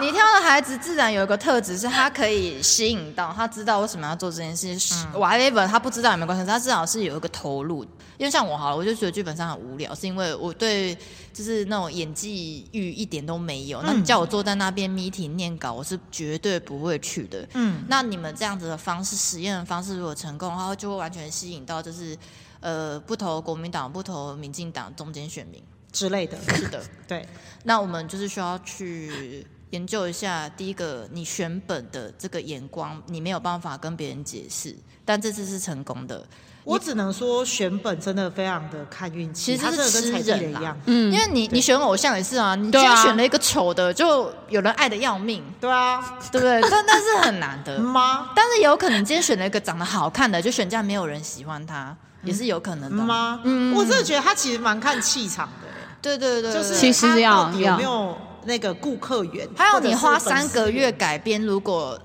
Speaker 3: 你挑的孩子自然有一个特质，是他可以吸引到，他知道为什么要做这件事。whatever，他不知道也没关系，他至少是有一个投入。因为像我好了，我就觉得剧本上很无聊，是因为我对就是那种演技欲一点都没有。那你
Speaker 1: 嗯
Speaker 3: 叫我坐在那边 meeting 念稿，我是绝对不会去的。
Speaker 1: 嗯，
Speaker 3: 那你们这样子的方式，实验的方式如果成功的话，就会完全吸引到就是呃不投国民党、不投民进党中间选民。
Speaker 1: 之类的。
Speaker 3: 是的，
Speaker 1: 对，
Speaker 3: 那我们就是需要去研究一下，第一个你选本的这个眼光，你没有办法跟别人解释，但这次是成功的，
Speaker 1: 我只能说选本真的非常的看运气，
Speaker 3: 其实
Speaker 1: 它真的
Speaker 3: 是
Speaker 1: 跟彩
Speaker 3: 吃
Speaker 1: 地的
Speaker 3: 人啦
Speaker 1: 一样。
Speaker 2: 嗯
Speaker 3: 因为你你选偶像也是啊，你今
Speaker 2: 对啊
Speaker 3: 天选了一个丑的，就有人爱的要命，
Speaker 1: 对啊，
Speaker 3: 对不对？ 但但是很难的。
Speaker 2: 嗯
Speaker 1: 妈
Speaker 3: 但是有可能今天选了一个长得好看的，就选这样没有人喜欢他，也是有可能的。
Speaker 1: 妈，
Speaker 3: 嗯呃
Speaker 1: 我真的觉得他其实蛮看气场的欸、
Speaker 3: 对对对，
Speaker 1: 就是
Speaker 2: 其实
Speaker 1: 他到底
Speaker 2: 要
Speaker 1: 有没有那个顾客缘，
Speaker 3: 还有
Speaker 1: 或者
Speaker 3: 你
Speaker 1: 是
Speaker 3: 花
Speaker 1: 粉丝
Speaker 3: 三个月改编，如果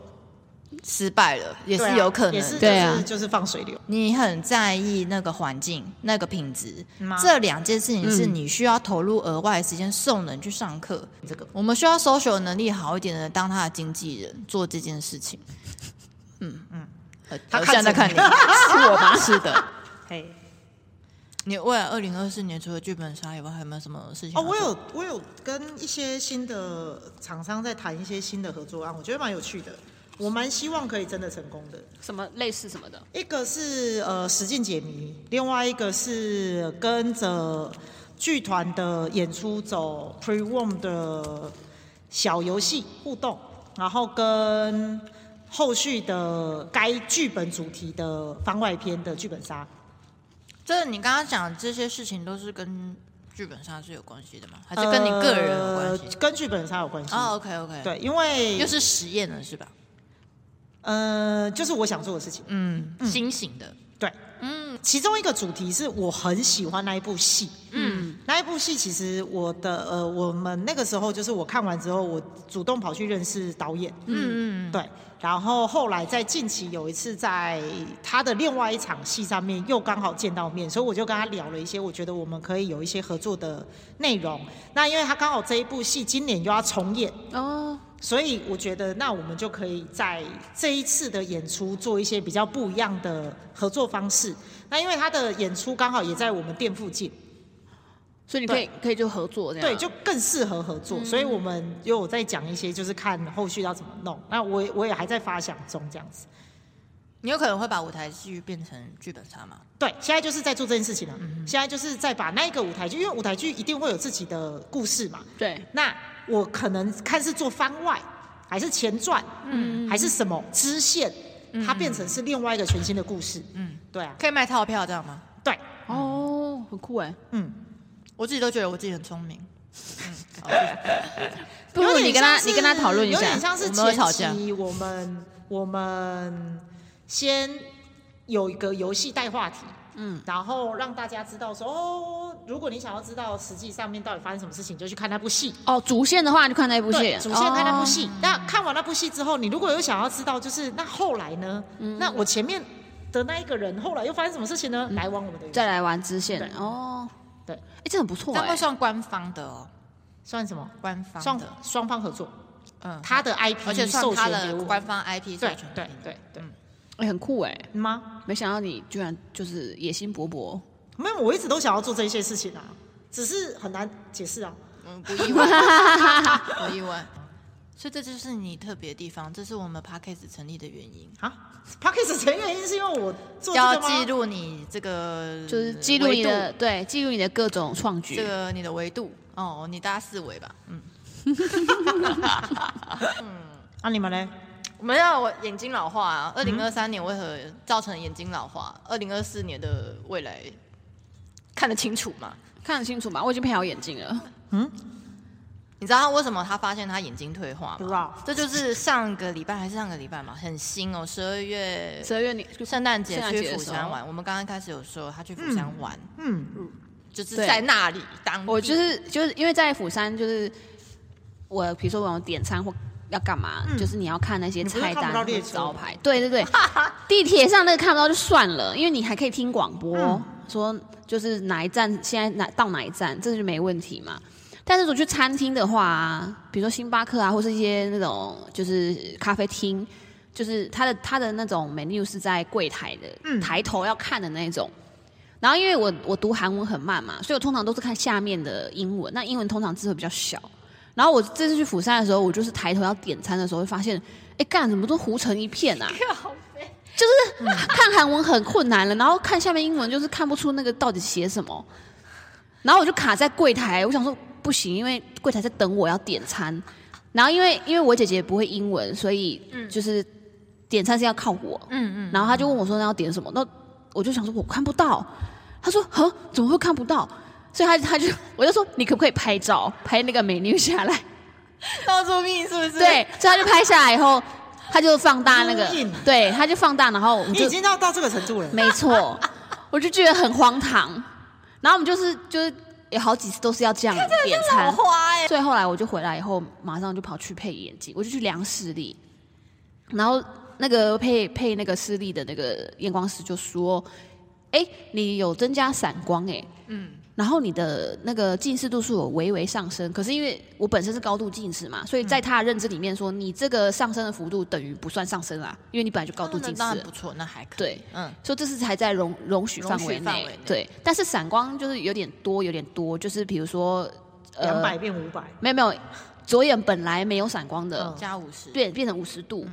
Speaker 3: 失败了，也
Speaker 1: 对啊
Speaker 3: 是有可能
Speaker 1: 也
Speaker 3: 的。
Speaker 1: 是
Speaker 2: 对啊
Speaker 1: 就是就是放水流。
Speaker 3: 你很在意那个环境、那个品质
Speaker 1: 吗，
Speaker 3: 这两件事情是
Speaker 2: 嗯
Speaker 3: 你需要投入额外的时间送人去上课。
Speaker 1: 这个
Speaker 3: 我们需要 social 能力好一点的当他的经纪人做这件事情。嗯嗯，
Speaker 1: 他
Speaker 3: 我
Speaker 1: 看
Speaker 3: 现在在
Speaker 1: 着
Speaker 3: 看你，
Speaker 1: 你
Speaker 3: 是我吧？是的。
Speaker 1: 嘿，
Speaker 3: 你未来二零二四年除了剧本杀以外，还有没有什么事情要
Speaker 1: 哦，
Speaker 3: 做？
Speaker 1: 我有我有跟一些新的厂商在谈一些新的合作案，我觉得蛮有趣的，我蛮希望可以真的成功的。
Speaker 2: 什么类似什么的，
Speaker 1: 一个是呃实境解谜，另外一个是跟着剧团的演出走 pre warm 的小游戏互动，然后跟后续的该剧本主题的番外篇的剧本杀。
Speaker 3: 这你刚刚讲这些事情都是跟剧本杀是有关系的吗？还是啊跟你个人有关系
Speaker 1: 呃？跟剧本杀有关系。
Speaker 3: 哦，OK OK，，
Speaker 1: 对，因为
Speaker 3: 又是实验了是吧？
Speaker 1: 呃，就是我想做的事情。
Speaker 3: 嗯，新型的，
Speaker 1: 对，嗯，其中一个主题是我很喜欢那一部戏，嗯，那一部戏其实我的呃，我们那个时候就是我看完之后，我主动跑去认识导演，
Speaker 3: 嗯嗯，
Speaker 1: 对，然后后来在近期有一次在他的另外一场戏上面又刚好见到面，所以我就跟他聊了一些，我觉得我们可以有一些合作的内容。那因为他刚好这一部戏今年又要重演，
Speaker 2: 哦，
Speaker 1: 所以我觉得，那我们就可以在这一次的演出做一些比较不一样的合作方式。那因为他的演出刚好也在我们店附近，
Speaker 2: 所以你可以可以就合作这样，
Speaker 1: 对，就更适合合作。所以我们又有在讲一些，就是看后续要怎么弄。那我也我也还在发想中，这样子。
Speaker 3: 你有可能会把舞台剧变成剧本杀吗？
Speaker 1: 对，现在就是在做这件事情了、现在就是在把那个舞台剧，因为舞台剧一定会有自己的故事嘛，
Speaker 2: 对，
Speaker 1: 那我可能看是做番外，还是前传，嗯，还是什么支线，
Speaker 2: 嗯
Speaker 1: 它变成是另外一个全新的故事，
Speaker 3: 嗯
Speaker 1: 嗯，对啊，
Speaker 3: 可以卖套票这样吗？
Speaker 1: 对，
Speaker 2: 哦，很酷哎。
Speaker 1: 嗯，
Speaker 3: 我自己都觉得我自己很聪明。嗯
Speaker 2: 不如
Speaker 1: 有
Speaker 2: 你
Speaker 1: 点
Speaker 2: 跟他
Speaker 1: 像是
Speaker 2: 你跟他讨论一
Speaker 1: 有
Speaker 2: 下
Speaker 1: 点，像是
Speaker 3: 我们会吵
Speaker 1: 前期我们我们先有一个游戏带话题。嗯，然后让大家知道说哦，如果你想要知道实际上面到底发生什么事情，就去看那部戏。
Speaker 2: 哦，主线的话就看那一部
Speaker 1: 对，主
Speaker 2: 戏，
Speaker 1: 线看那部
Speaker 2: 哦，
Speaker 1: 戏。那看完那部戏之后，你如果有想要知道，就是那后来呢？
Speaker 2: 嗯
Speaker 1: 那我前面的那一个人后来又发生什么事情呢？来往我们的游戏
Speaker 2: 再来玩支线
Speaker 1: 对
Speaker 2: 哦。
Speaker 1: 对
Speaker 2: 哎，这很不错
Speaker 3: 但
Speaker 2: 哎
Speaker 3: 会。算官方的哦，
Speaker 1: 算什么？
Speaker 3: 官方
Speaker 1: 双
Speaker 3: 的，
Speaker 1: 双方合作，
Speaker 3: 嗯，
Speaker 1: 他的 IP
Speaker 3: 而且算
Speaker 1: 授
Speaker 3: 他
Speaker 1: 权给
Speaker 3: 的
Speaker 1: 我。
Speaker 3: 官方 IP 授
Speaker 1: 对
Speaker 3: 权
Speaker 1: 对对对，
Speaker 2: 哎、很酷哎、
Speaker 1: 嗯吗？
Speaker 2: 没想到你居然就是野心勃勃，
Speaker 1: 没有，我一直都想要做这些事情啊，只是很难解释啊。
Speaker 3: 嗯，不意外， 不 意外。所以这就是你特别的地方，这是我们 p a c k a g e 成立的原因，
Speaker 1: 啊 p a c k a g e 成原因是因为我做这
Speaker 3: 要
Speaker 1: 个吗
Speaker 3: 记录你这个
Speaker 2: 就是记录
Speaker 3: 维
Speaker 2: 你的
Speaker 3: 度
Speaker 2: 对，记录你的各种创举。
Speaker 3: 这个你的维度哦，你大概四维吧，嗯，
Speaker 1: 啊，你们嘞？
Speaker 3: 我们要我眼睛老化啊，二零二三年为何造成眼睛老化？二零二四年的未来看得清楚吗？
Speaker 2: 看得清楚吗？我已经配好眼镜了。
Speaker 3: 你知道他为什么他发现他眼睛退化
Speaker 1: 不知
Speaker 3: 吗？
Speaker 1: 道。
Speaker 3: 这就是上个礼拜还是上个礼拜嘛，很新哦，十二月
Speaker 2: 十二月你
Speaker 3: 圣诞节
Speaker 2: 圣诞节
Speaker 3: 去釜
Speaker 2: 的时
Speaker 3: 山
Speaker 2: 候
Speaker 3: 玩，我们刚刚开始有说他去釜山玩，
Speaker 1: 嗯，
Speaker 3: 就是
Speaker 2: 对
Speaker 3: 在那里当地
Speaker 2: 我就是就是因为在釜山，就是我比如说我有点餐或要干嘛，就是你要看那
Speaker 1: 嗯
Speaker 2: 些
Speaker 1: 你不是
Speaker 2: 菜
Speaker 1: 看
Speaker 2: 单
Speaker 1: 不到
Speaker 2: 或
Speaker 1: 列
Speaker 2: 者
Speaker 1: 车
Speaker 2: 招牌。对对 对，地铁上那个看不到就算了，因为你还可以听广播、
Speaker 1: 嗯
Speaker 2: 说就是哪一站现在哪到哪一站，这就没问题嘛。但是如果去餐厅的话、啊，比如说星巴克啊，或是一些那种就是咖啡厅，就是它的它的那种 menu 是在柜台的、抬头要看的那种。然后因为我我读韩文很慢嘛，所以我通常都是看下面的英文。那英文通常字会比较小。然后我这次去釜山的时候，我就是抬头要点餐的时候，会发现，哎，干怎么都糊成一片啊！就是看韩文很困难了，然后看下面英文就是看不出那个到底写什么。然后我就卡在柜台，我想说不行，因为柜台在等我要点餐。然后因为因为我姐姐不会英文，所以就是点餐是要靠我。
Speaker 3: 嗯嗯嗯，
Speaker 2: 然后他就问我说：“那要点什么？”那我就想说我看不到。他说：“呵，怎么会看不到？”所以他他就我就说：“你可不可以拍照，拍那个美女下来
Speaker 3: 到处命是不？”是？
Speaker 2: 对，所以他就拍下来以后，他就放大那个
Speaker 1: 阴影，
Speaker 2: 对，他就放大，然后我
Speaker 1: 你
Speaker 2: 就
Speaker 1: 已经到到这个程度了。
Speaker 2: 没错，我就觉得很荒唐。然后我们就是就是有好几次都是要这样点
Speaker 3: 老
Speaker 2: 餐，
Speaker 3: 花哎、
Speaker 2: 所以后来我就回来以后，马上就跑去配眼镜，我就去量视力，然后那个配配那个视力的那个验光师就说：“哎、你有增加散光哎、
Speaker 3: 嗯，
Speaker 2: 然后你的那个近视度数有微微上升，可是因为我本身是高度近视嘛，所以在他的认知里面说，你这个上升的幅度等于不算上升啦，因为你本来就高度近视
Speaker 3: 那当
Speaker 2: 了
Speaker 3: 然不错，那还可以，
Speaker 2: 对，
Speaker 3: 嗯，
Speaker 2: 所以这是还在容容许范围
Speaker 3: 容许范围
Speaker 2: 内
Speaker 3: 内，
Speaker 2: 对。但是散光就是有点多，有点多，就是比如说，
Speaker 1: 两
Speaker 2: 呃，
Speaker 1: 百变五百，
Speaker 2: 没有没有，左眼本来没有散光的，
Speaker 1: 嗯
Speaker 2: 啊
Speaker 3: 加五十，嗯
Speaker 2: 变变成五十度。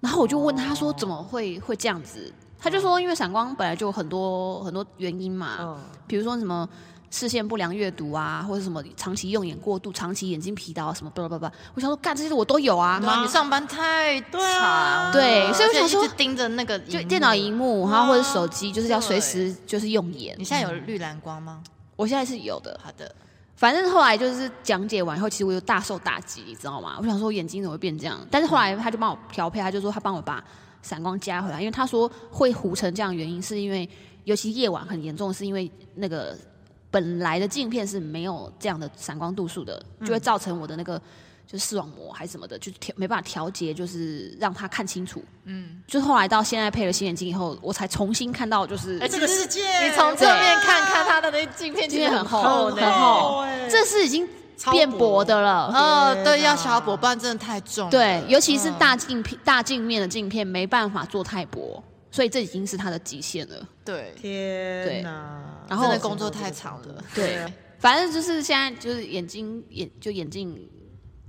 Speaker 2: 然后我就问他说怎么会会这样子？他就
Speaker 3: 嗯
Speaker 2: 说，因为散光本来就有很多很多原因嘛，
Speaker 1: 嗯，
Speaker 2: 比如说什么视线不良阅读啊，或者什么长期用眼过度、长期眼睛疲劳啊什么，巴拉巴拉。我想说，干这些我都有啊，
Speaker 3: 妈，你上班太长
Speaker 1: 对啊
Speaker 3: 了，
Speaker 2: 对所以我
Speaker 3: 而且
Speaker 2: 想说
Speaker 3: 一直盯着那个
Speaker 2: 就
Speaker 3: 荧幕
Speaker 2: 电脑荧幕，然后或者手机，就是要随
Speaker 3: 对
Speaker 2: 时就是用眼
Speaker 3: 你。现在有绿蓝光吗？
Speaker 2: 我现在是有的，
Speaker 3: 好的，
Speaker 2: 反正后来就是讲解完以后，其实我有大受打击，你知道吗？我想说眼睛怎么会变这样，但是后来他就帮我调配，他就说他帮我把散光加回来，因为他说会糊成这样的原因是因为，尤其夜晚很严重，是因为那个本来的镜片是没有这样的散光度数的，就会造成我的那个。就是视网膜还是什么的，就调没办法调节，就是让它看清楚。嗯，就是后来到现在配了新眼镜以后，我才重新看到，就是
Speaker 3: 而且
Speaker 1: 哎这个世界，
Speaker 3: 你从正面看看他的那镜片，
Speaker 2: 镜片很厚
Speaker 3: 厚
Speaker 1: 很
Speaker 2: 很
Speaker 1: 厚
Speaker 2: 厚
Speaker 1: 欸
Speaker 2: 这是已经
Speaker 1: 超
Speaker 2: 变
Speaker 1: 薄
Speaker 2: 薄的了。
Speaker 3: 哦，对，
Speaker 1: 天哪
Speaker 3: 要小薄，不然真的太重了。
Speaker 2: 对，尤其是
Speaker 3: 嗯
Speaker 2: 大镜片、大镜面的镜片没办法做太薄，所以这已经是它的极限了。
Speaker 3: 对，
Speaker 1: 天哪！
Speaker 2: 然后
Speaker 3: 真的工作太长了，
Speaker 2: 对，反正就是现在就是眼睛眼就眼镜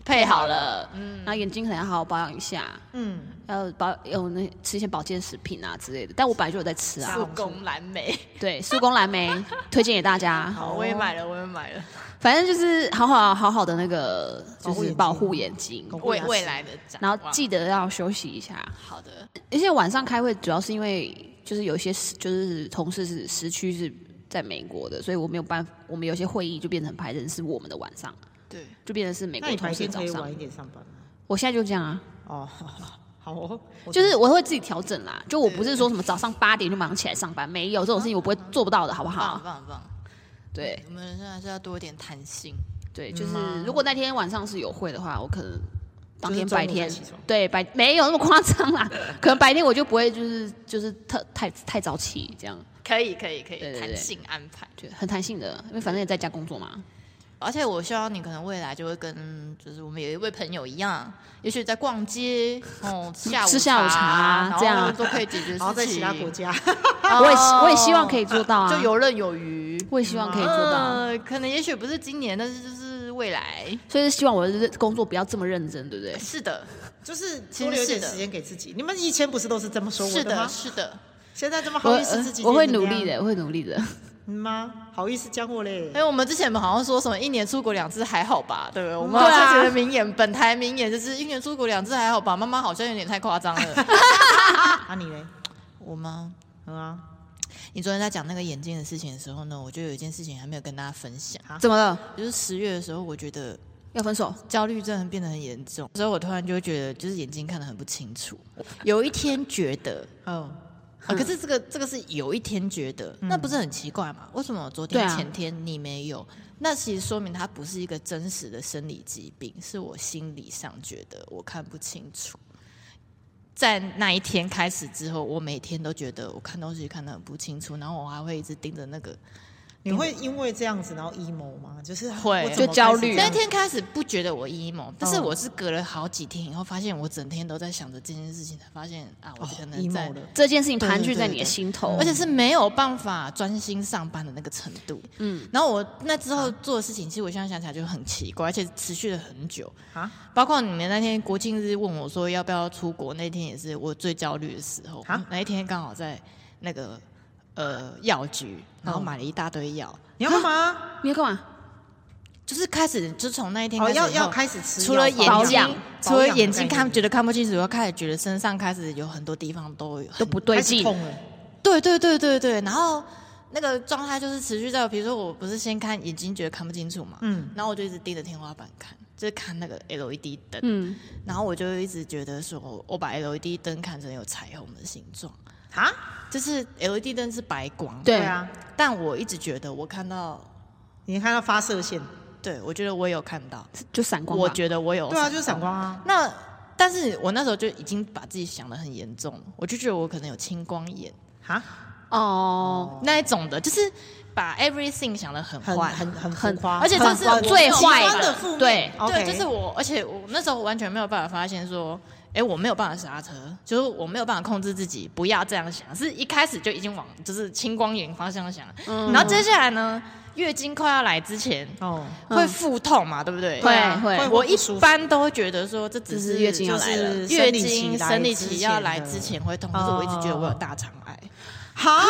Speaker 3: 配
Speaker 2: 配好了，嗯，然后眼睛可能要好好保养一下，
Speaker 1: 嗯，
Speaker 2: 要保有那吃一些保健食品啊之类的。但我本来就有在吃啊，
Speaker 3: 复工蓝莓，
Speaker 2: 对，速攻蓝 莓推荐给大家。
Speaker 3: 好，我也买了，我也买了，
Speaker 2: 反正就是好好好好的那个
Speaker 1: 保
Speaker 2: 就
Speaker 1: 护眼
Speaker 2: 是
Speaker 1: 睛
Speaker 2: 保护眼睛，
Speaker 1: 保护
Speaker 3: 未
Speaker 1: 牙齿
Speaker 3: 未来的展
Speaker 2: 然
Speaker 3: 望，
Speaker 2: 后记得要休息一下。
Speaker 3: 好的，
Speaker 2: 而且晚上开会主要是因为就是有一些时就是同事是时区是在美国的，所以我没有办法，我们有些会议就变成排成是我们的晚上，
Speaker 3: 对，
Speaker 2: 就变成是美
Speaker 1: 那
Speaker 2: 国
Speaker 1: 你
Speaker 2: 同
Speaker 1: 白
Speaker 2: 事
Speaker 1: 天
Speaker 2: 早
Speaker 1: 可以晚
Speaker 2: 上
Speaker 1: 一。点上班吗？
Speaker 2: 我现在就这样啊，
Speaker 1: 哦，好好好哦，我
Speaker 2: 就是我会自己调整啦，就我不是说什么早上八点就马上起来上班，没有这种事情我不会做不到的，好不
Speaker 3: 棒
Speaker 2: 好？
Speaker 3: 棒棒，
Speaker 2: 对
Speaker 3: 我们人生还是要多一点弹性。
Speaker 2: 对，就是
Speaker 1: 嗯啊
Speaker 2: 如果那天晚上是有会的话，我可能当天
Speaker 1: 就是中午
Speaker 2: 白天
Speaker 1: 再起床
Speaker 2: 对白没有那么夸张啦，可能白天我就不会就是就是特太太早起这样，
Speaker 3: 可以可以可
Speaker 2: 对对
Speaker 3: 以，
Speaker 2: 对
Speaker 3: 弹性安排。
Speaker 2: 就很弹性的，因为反正也在家工作嘛。
Speaker 3: 而且我希望你可能未来就会跟，就是我们有一位朋友一样，也许在逛街，哦，下午
Speaker 2: 吃下午茶
Speaker 3: 然后
Speaker 2: 这样
Speaker 3: 都可以解决事情。
Speaker 1: 然后在其他国家，
Speaker 3: 哦，
Speaker 2: 我也希我也希望可以做到啊嗯
Speaker 3: 就游刃有余，
Speaker 2: 我也希望可以做到，
Speaker 3: 呃，可能也许不是今年，但是就是未来。
Speaker 2: 所以希望我的工作不要这么认真，对不对？
Speaker 3: 是的，
Speaker 1: 就是
Speaker 3: 其实
Speaker 1: 多留一点
Speaker 3: 是的
Speaker 1: 时间给自己。你们以前不是都是这么说我
Speaker 3: 是
Speaker 1: 吗
Speaker 3: 的，？呃是的。
Speaker 1: 现在这么
Speaker 2: 我呃
Speaker 1: 好意思自己，
Speaker 2: 我会努力。的，我会努力的。
Speaker 1: 嗯吗？好意思讲我嘞
Speaker 3: 哎因？为我们之前好像说什么一年出国两次还好吧，对不对？我们
Speaker 2: 对
Speaker 3: 好
Speaker 2: 啊
Speaker 3: 像觉得名言，本台名言就是一年出国两次还好吧，妈妈好像有点太夸张了。
Speaker 1: 啊你嘞？
Speaker 3: 我吗？
Speaker 1: 嗯啊，
Speaker 3: 你昨天在讲那个眼镜的事情的时候呢，我就有一件事情还没有跟大家分享，
Speaker 2: 怎么了？
Speaker 3: 就是十月的时候，我觉得
Speaker 2: 要分手？
Speaker 3: 焦虑症变得很严重，所以我突然就会觉得就是眼睛看得很不清楚。有一天觉得，
Speaker 1: 嗯，
Speaker 3: 啊、可是这个这个是有一天觉得，那不是很奇怪吗？为什么昨
Speaker 2: 嗯对
Speaker 3: 天
Speaker 2: 啊
Speaker 3: 前天你没有？那其实说明它不是一个真实的生理疾病，是我心理上觉得我看不清楚。在那一天开始之后，我每天都觉得我看东西看得很不清楚，然后我还会一直盯着那个。
Speaker 1: 你会因为这样子然后 emo 吗？就是哦
Speaker 3: 会
Speaker 1: 我怎么
Speaker 2: 就焦虑
Speaker 1: 开始这
Speaker 3: 那
Speaker 1: 样
Speaker 3: 天开始不觉得我 emo，但是
Speaker 1: 啊嗯
Speaker 3: 我是隔了好几天以后，发现我整天都在想着这件事情，才发现啊，我
Speaker 1: 哦
Speaker 3: 可能在
Speaker 1: emo 了。
Speaker 2: 这件事情盘踞在你的心头，
Speaker 3: 而且是没有办法专心上班的那个程度。嗯，然后我那之后做的事情，其实我现在想起来就很奇怪，而且持续了很久。
Speaker 1: 啊
Speaker 3: 包括你们那天国庆日问我说要不要出国，那天也是我最焦虑的时候
Speaker 1: 啊。
Speaker 3: 那一天刚好在那个呃药局，
Speaker 1: 嗯
Speaker 3: 然后买了一大堆药，
Speaker 1: 你要干
Speaker 3: 啊
Speaker 1: 嘛？
Speaker 2: 你要干嘛？
Speaker 3: 就是开始就从那一天
Speaker 1: 哦，
Speaker 3: 开始以后、
Speaker 1: 要要开始吃药，
Speaker 3: 除了眼
Speaker 2: 保
Speaker 3: 睛
Speaker 2: 养，
Speaker 3: 除了眼睛
Speaker 1: 保养
Speaker 3: 看
Speaker 1: 的
Speaker 3: 觉得看不清楚，又开始觉得身上开始有很多地方都有很
Speaker 2: 都不对
Speaker 1: 概念
Speaker 2: 劲
Speaker 1: 开始。痛了，
Speaker 3: 对对对对对，然后那个状态就是持续在，比如说我不是先看眼睛觉得看不清楚嘛，
Speaker 1: 嗯
Speaker 3: 然后我就一直盯着天花板看，就是看那个 LED 灯，
Speaker 2: 嗯，
Speaker 3: 然后我就一直觉得说，我把 LED 灯看成有彩虹的形状，
Speaker 1: 啊，
Speaker 3: 就是 LED 灯是白光，
Speaker 2: 对
Speaker 1: 啊，
Speaker 3: 但我一直觉得我看到，
Speaker 1: 你看到发射线，
Speaker 3: 对我觉得我有看到，
Speaker 2: 就闪光吧。
Speaker 3: 我觉得我有，
Speaker 1: 对啊，就是闪光啊。
Speaker 3: 那但是我那时候就已经把自己想的很严重了，我就觉得我可能有青光眼
Speaker 1: 啊哈，
Speaker 2: 哦，
Speaker 3: 那一种的，就是把 everything 想的很
Speaker 1: 很
Speaker 3: 坏，
Speaker 1: 很很
Speaker 2: 很
Speaker 1: 浮夸，
Speaker 3: 而且这是
Speaker 2: 很
Speaker 3: 我
Speaker 2: 最
Speaker 3: 极
Speaker 2: 坏
Speaker 1: 端的负面
Speaker 2: 对，
Speaker 1: OK
Speaker 3: 对，就是我，而且我那时候完全没有办法发现说，哎、我没有办法刹车，就是我没有办法控制自己，不要这样想，是一开始就已经往就是青光眼方向想，
Speaker 1: 嗯
Speaker 3: 然后接下来呢，月经快要来之前。
Speaker 1: 哦，
Speaker 2: 嗯
Speaker 3: 会腹痛嘛，对不对？啊
Speaker 2: 会
Speaker 1: 会
Speaker 2: 会
Speaker 1: 会
Speaker 3: 我
Speaker 1: 不
Speaker 3: 一
Speaker 1: 舒服
Speaker 3: 般都觉得说，这只
Speaker 2: 这是
Speaker 3: 是
Speaker 2: 月经要
Speaker 3: 就
Speaker 2: 来了
Speaker 3: 月
Speaker 1: 生理期
Speaker 3: 经
Speaker 1: 来
Speaker 3: 生理
Speaker 1: 之
Speaker 3: 期
Speaker 1: 前
Speaker 3: 要来
Speaker 1: 的
Speaker 3: 之前会痛，可是我一直觉得我有
Speaker 1: 哦
Speaker 3: 大肠癌，
Speaker 1: 哈，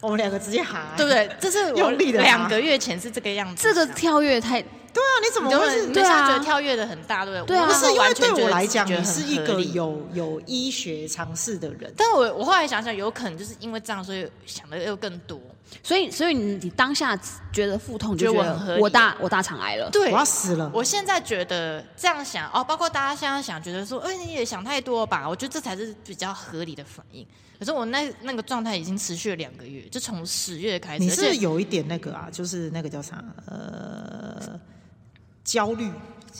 Speaker 1: 我们两个直接哈、欸
Speaker 3: 对不对？这是我
Speaker 1: 用力地拿
Speaker 3: 两个月前是这个样子
Speaker 2: 这
Speaker 3: 想，
Speaker 2: 个跳跃太
Speaker 1: 对啊，你怎么
Speaker 3: 你就
Speaker 1: 会
Speaker 3: 会
Speaker 1: 是？
Speaker 3: 你
Speaker 2: 对
Speaker 3: 现在
Speaker 2: 啊
Speaker 3: 觉得跳跃的很大，对不对？
Speaker 2: 对啊
Speaker 1: 不是因为
Speaker 3: 完全
Speaker 1: 对
Speaker 3: 觉
Speaker 1: 我
Speaker 3: 得
Speaker 1: 来讲，
Speaker 3: 觉得
Speaker 1: 你
Speaker 3: 很
Speaker 1: 是一
Speaker 3: 合
Speaker 1: 个
Speaker 3: 理
Speaker 1: 有有医学常识的人，
Speaker 3: 但我我后来想想，有可能就是因为这样，所以想的又更多。
Speaker 2: 所以，所以你你当下觉得腹痛，
Speaker 3: 觉
Speaker 2: 就
Speaker 3: 得
Speaker 2: 觉
Speaker 3: 我很合
Speaker 2: 得
Speaker 3: 理
Speaker 2: 我大我大肠癌了。
Speaker 1: 我
Speaker 3: 对
Speaker 1: 要死了。
Speaker 3: 我现在觉得这样想哦，包括大家现在想，觉得说，哎、你也想太多吧？我觉得这才是比较合理的反应。可是我那那个状态已经持续了两个月，就从十月开始，
Speaker 1: 你
Speaker 3: 而
Speaker 1: 是
Speaker 3: 且
Speaker 1: 有一点那个啊，就是那个叫啥呃，焦虑，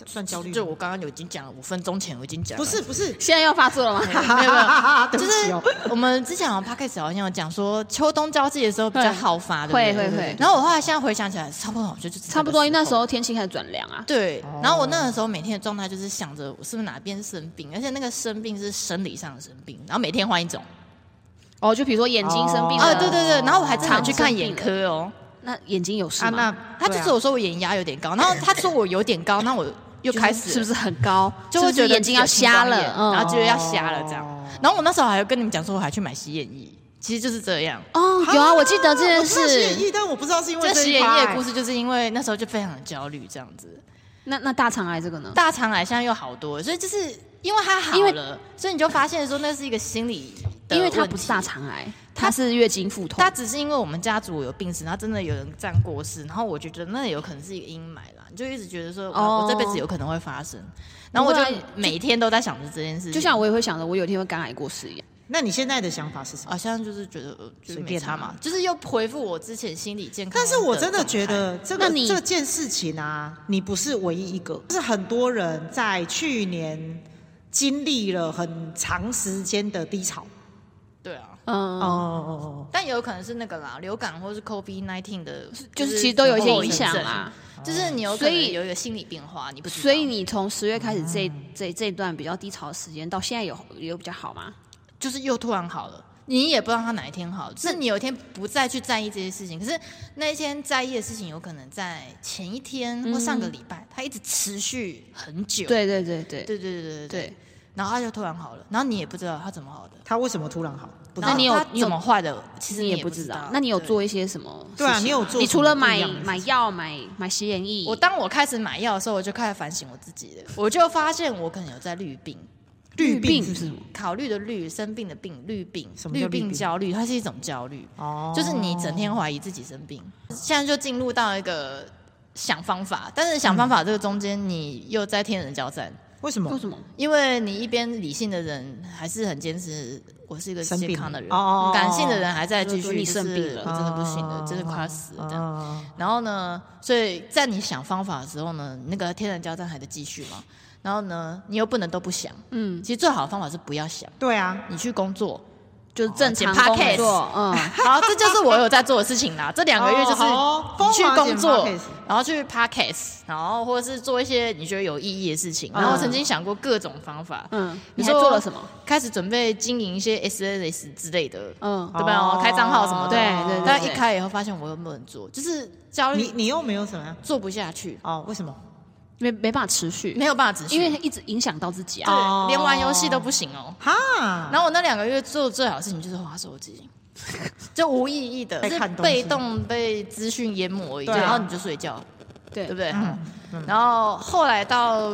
Speaker 1: 算焦虑吗
Speaker 3: 就我刚刚有已经讲了，五分钟前我已经讲了，
Speaker 1: 不是不是，
Speaker 2: 现在要发作了吗？
Speaker 1: 哈
Speaker 3: 没有没有
Speaker 1: 哈哈哈， 对
Speaker 3: 就
Speaker 1: 不起
Speaker 3: 是
Speaker 1: 哦，
Speaker 3: 我们之前好像 podcast 好像有讲说，秋冬交际的时候比较好发，对
Speaker 2: 会
Speaker 3: 不对
Speaker 2: 会会
Speaker 3: 然后我后来现在回想起来，差不多好像就是
Speaker 2: 差不多，因为那时
Speaker 3: 候。
Speaker 2: 候天气开始转凉啊。
Speaker 3: 对
Speaker 1: 哦，
Speaker 3: 然后我那个时候每天的状态就是想着我是不是哪边生病，而且那个生病是生理上的生病，然后每天换一种。
Speaker 2: 哦，就比如说眼睛生病
Speaker 1: 哦
Speaker 3: 啊，
Speaker 2: 了，
Speaker 3: 对对对，然后我还真的
Speaker 2: 常
Speaker 3: 去看
Speaker 2: 生病
Speaker 3: 眼
Speaker 2: 了
Speaker 3: 科哦，
Speaker 2: 那眼睛有事
Speaker 1: 啊，那
Speaker 2: 吗？
Speaker 3: 他就
Speaker 1: 对啊
Speaker 3: 是我说我眼压有点高，然后他说我有点高，那我又
Speaker 2: 就
Speaker 3: 开始
Speaker 2: 是不是很高？
Speaker 3: 就是会
Speaker 2: 不是
Speaker 3: 觉得
Speaker 2: 眼睛要瞎
Speaker 3: 自己有青光
Speaker 2: 了，
Speaker 3: 眼然
Speaker 2: 嗯
Speaker 3: 后觉得要瞎了这样
Speaker 1: 哦。
Speaker 3: 然后我那时候还有跟你们讲说，我还去买洗眼液，其实就是这样。
Speaker 2: 哦，有啊，我记得这件
Speaker 1: 我知道是演
Speaker 2: 事。
Speaker 1: 绎，但我不知道是因为
Speaker 3: 这
Speaker 1: 这
Speaker 3: 洗
Speaker 1: 一
Speaker 3: 眼
Speaker 1: 趴
Speaker 3: 液
Speaker 1: 欸
Speaker 3: 的故事，就是因为那时候就非常焦虑这样子。
Speaker 2: 那那大肠癌这个呢？
Speaker 3: 大肠癌现在又好多了，所以就是因为它好
Speaker 2: 因为
Speaker 3: 了，所以你就发现说那是一个心理的
Speaker 2: 因为它
Speaker 3: 问
Speaker 2: 不是
Speaker 3: 题
Speaker 2: 大肠癌，它是月经腹痛
Speaker 3: 他。只是因为我们家族有病史，然后真的有人这样过世，然后我就觉得那有可能是一个阴霾啦，你就一直觉得说，哇
Speaker 2: 哦
Speaker 3: 我这辈子有可能会发生，然后我
Speaker 2: 不会
Speaker 3: 就
Speaker 2: 啊
Speaker 3: 每天都在想着这件事情，
Speaker 2: 就像我也会想着，我有一天会肝癌过世一样。
Speaker 1: 那你现在的想法是什么？
Speaker 3: 好像就是觉得呃就是
Speaker 1: 随
Speaker 3: 没
Speaker 1: 便
Speaker 3: 差
Speaker 1: 啊
Speaker 3: 嘛，就是又回复我之前心理健康。
Speaker 1: 但是我真的觉，得这个
Speaker 2: 那你
Speaker 1: 这件事情啊，你不是唯一一个，就是很多人在去年经历了很长时间的低潮。
Speaker 3: 对啊，
Speaker 1: 哦
Speaker 2: 嗯，
Speaker 1: 哦哦，
Speaker 3: 但也有可能是那个啦，流感或是 COVID nineteen 的，
Speaker 2: 就是其实都有一些
Speaker 3: 后
Speaker 2: 影
Speaker 3: 遗
Speaker 2: 响
Speaker 3: 症
Speaker 2: 啦。，
Speaker 3: 就是你有可
Speaker 2: 所
Speaker 3: 能
Speaker 2: 以
Speaker 3: 有一个心理变化，你不知道
Speaker 2: 所以你从十月开始这
Speaker 1: 嗯
Speaker 2: 这这段比较低潮的时间到现在有有比较好吗？
Speaker 3: 就是又突然好了，你也不知道他哪一天好，是你有一天不再去在意这些事情，可是那一天在意的事情，有可能在前一天或上个礼拜，它一直持续很久。
Speaker 2: 对对对对
Speaker 3: 对对对对对
Speaker 2: 对，
Speaker 3: 然后他就突然好了，然后你也不知道他怎么好的，
Speaker 1: 他为什么突然好？不知
Speaker 3: 然
Speaker 1: 道
Speaker 3: 后
Speaker 2: 那你有
Speaker 3: 他怎么坏的，其实
Speaker 2: 你
Speaker 3: 也
Speaker 2: 也不
Speaker 3: 知
Speaker 2: 知道。那你有
Speaker 3: 对
Speaker 2: 做一些什么？
Speaker 1: 对啊，你有做什么不一样的事情？
Speaker 2: 你除了买买药、买买 E，洗眼液，
Speaker 3: 我当我开始买药的时候，我就开始反省我自己了，我就发现我可能有在绿病。
Speaker 1: 啊绿病
Speaker 2: 病是
Speaker 1: 是什
Speaker 2: 什
Speaker 1: 么？
Speaker 2: 么？
Speaker 3: 考虑的虑，生病的病，绿病
Speaker 1: 什，么叫绿
Speaker 3: 绿
Speaker 1: 病
Speaker 3: 病焦虑，它是一种焦虑。
Speaker 1: 哦
Speaker 3: 就是你整天怀疑自己生病，现在就进入到一个想方法，但是想方法这个中间，你又在天人交战，
Speaker 1: 哦为什么
Speaker 2: 为什么？
Speaker 3: 因为你一边理性的人还是很坚持我是一个
Speaker 1: 生病
Speaker 3: 健康的人，
Speaker 1: 哦哦哦哦
Speaker 3: 感性的人还在继
Speaker 2: 就是
Speaker 3: 续
Speaker 2: 说你生
Speaker 3: 就
Speaker 2: 病
Speaker 3: 是
Speaker 2: 了
Speaker 3: 我真的不行了，
Speaker 1: 哦
Speaker 3: 真的快要死了这样。
Speaker 1: 啊？
Speaker 3: 然后呢，所以在你想方法的时候呢，那个天人交战还在继续嘛。然后呢，你又不能都不想，
Speaker 2: 嗯，
Speaker 3: 其实最好的方法是不要想，
Speaker 1: 对啊，
Speaker 3: 你去工作，
Speaker 2: 就是正常
Speaker 3: 哦剪
Speaker 2: 工
Speaker 3: podcast
Speaker 2: 作，嗯，
Speaker 3: 好，这就是我有在做的事情啦。这两个月就是
Speaker 1: 哦好哦
Speaker 3: 你去工
Speaker 1: 疯
Speaker 3: 作
Speaker 1: 狂剪 podcast，
Speaker 3: 然后去 podcast，然后或者是做一些你觉得有意义的事情。然后我曾经想过各种方法，
Speaker 2: 嗯
Speaker 3: 比
Speaker 2: 你
Speaker 3: 如
Speaker 2: 还
Speaker 3: 说
Speaker 2: 做了什么？
Speaker 3: 开始准备经营一些 SNS 之类的，
Speaker 2: 嗯
Speaker 3: 对吧？
Speaker 1: 哦
Speaker 3: 开账号什么的。
Speaker 2: 对对对
Speaker 3: 但一开以后发现我又不能做，就是焦
Speaker 1: 你
Speaker 3: 虑
Speaker 1: 你又没有怎么样？
Speaker 3: 做不下去，
Speaker 1: 哦，为什么？
Speaker 2: 没没办法持续，
Speaker 3: 没有办法持续，
Speaker 2: 因为一直影响到自己啊。
Speaker 1: 哦
Speaker 3: 对连玩游戏都不行哦。
Speaker 1: 哈，
Speaker 3: 然后我那两个月做的最好的事情就是划 手机，就无意义的，
Speaker 1: 在
Speaker 3: 是
Speaker 1: 看东西
Speaker 3: 被动被资讯淹没而已，
Speaker 1: 对啊嗯
Speaker 3: 然后你就睡觉，
Speaker 2: 对
Speaker 3: 对不对？ 然后后来到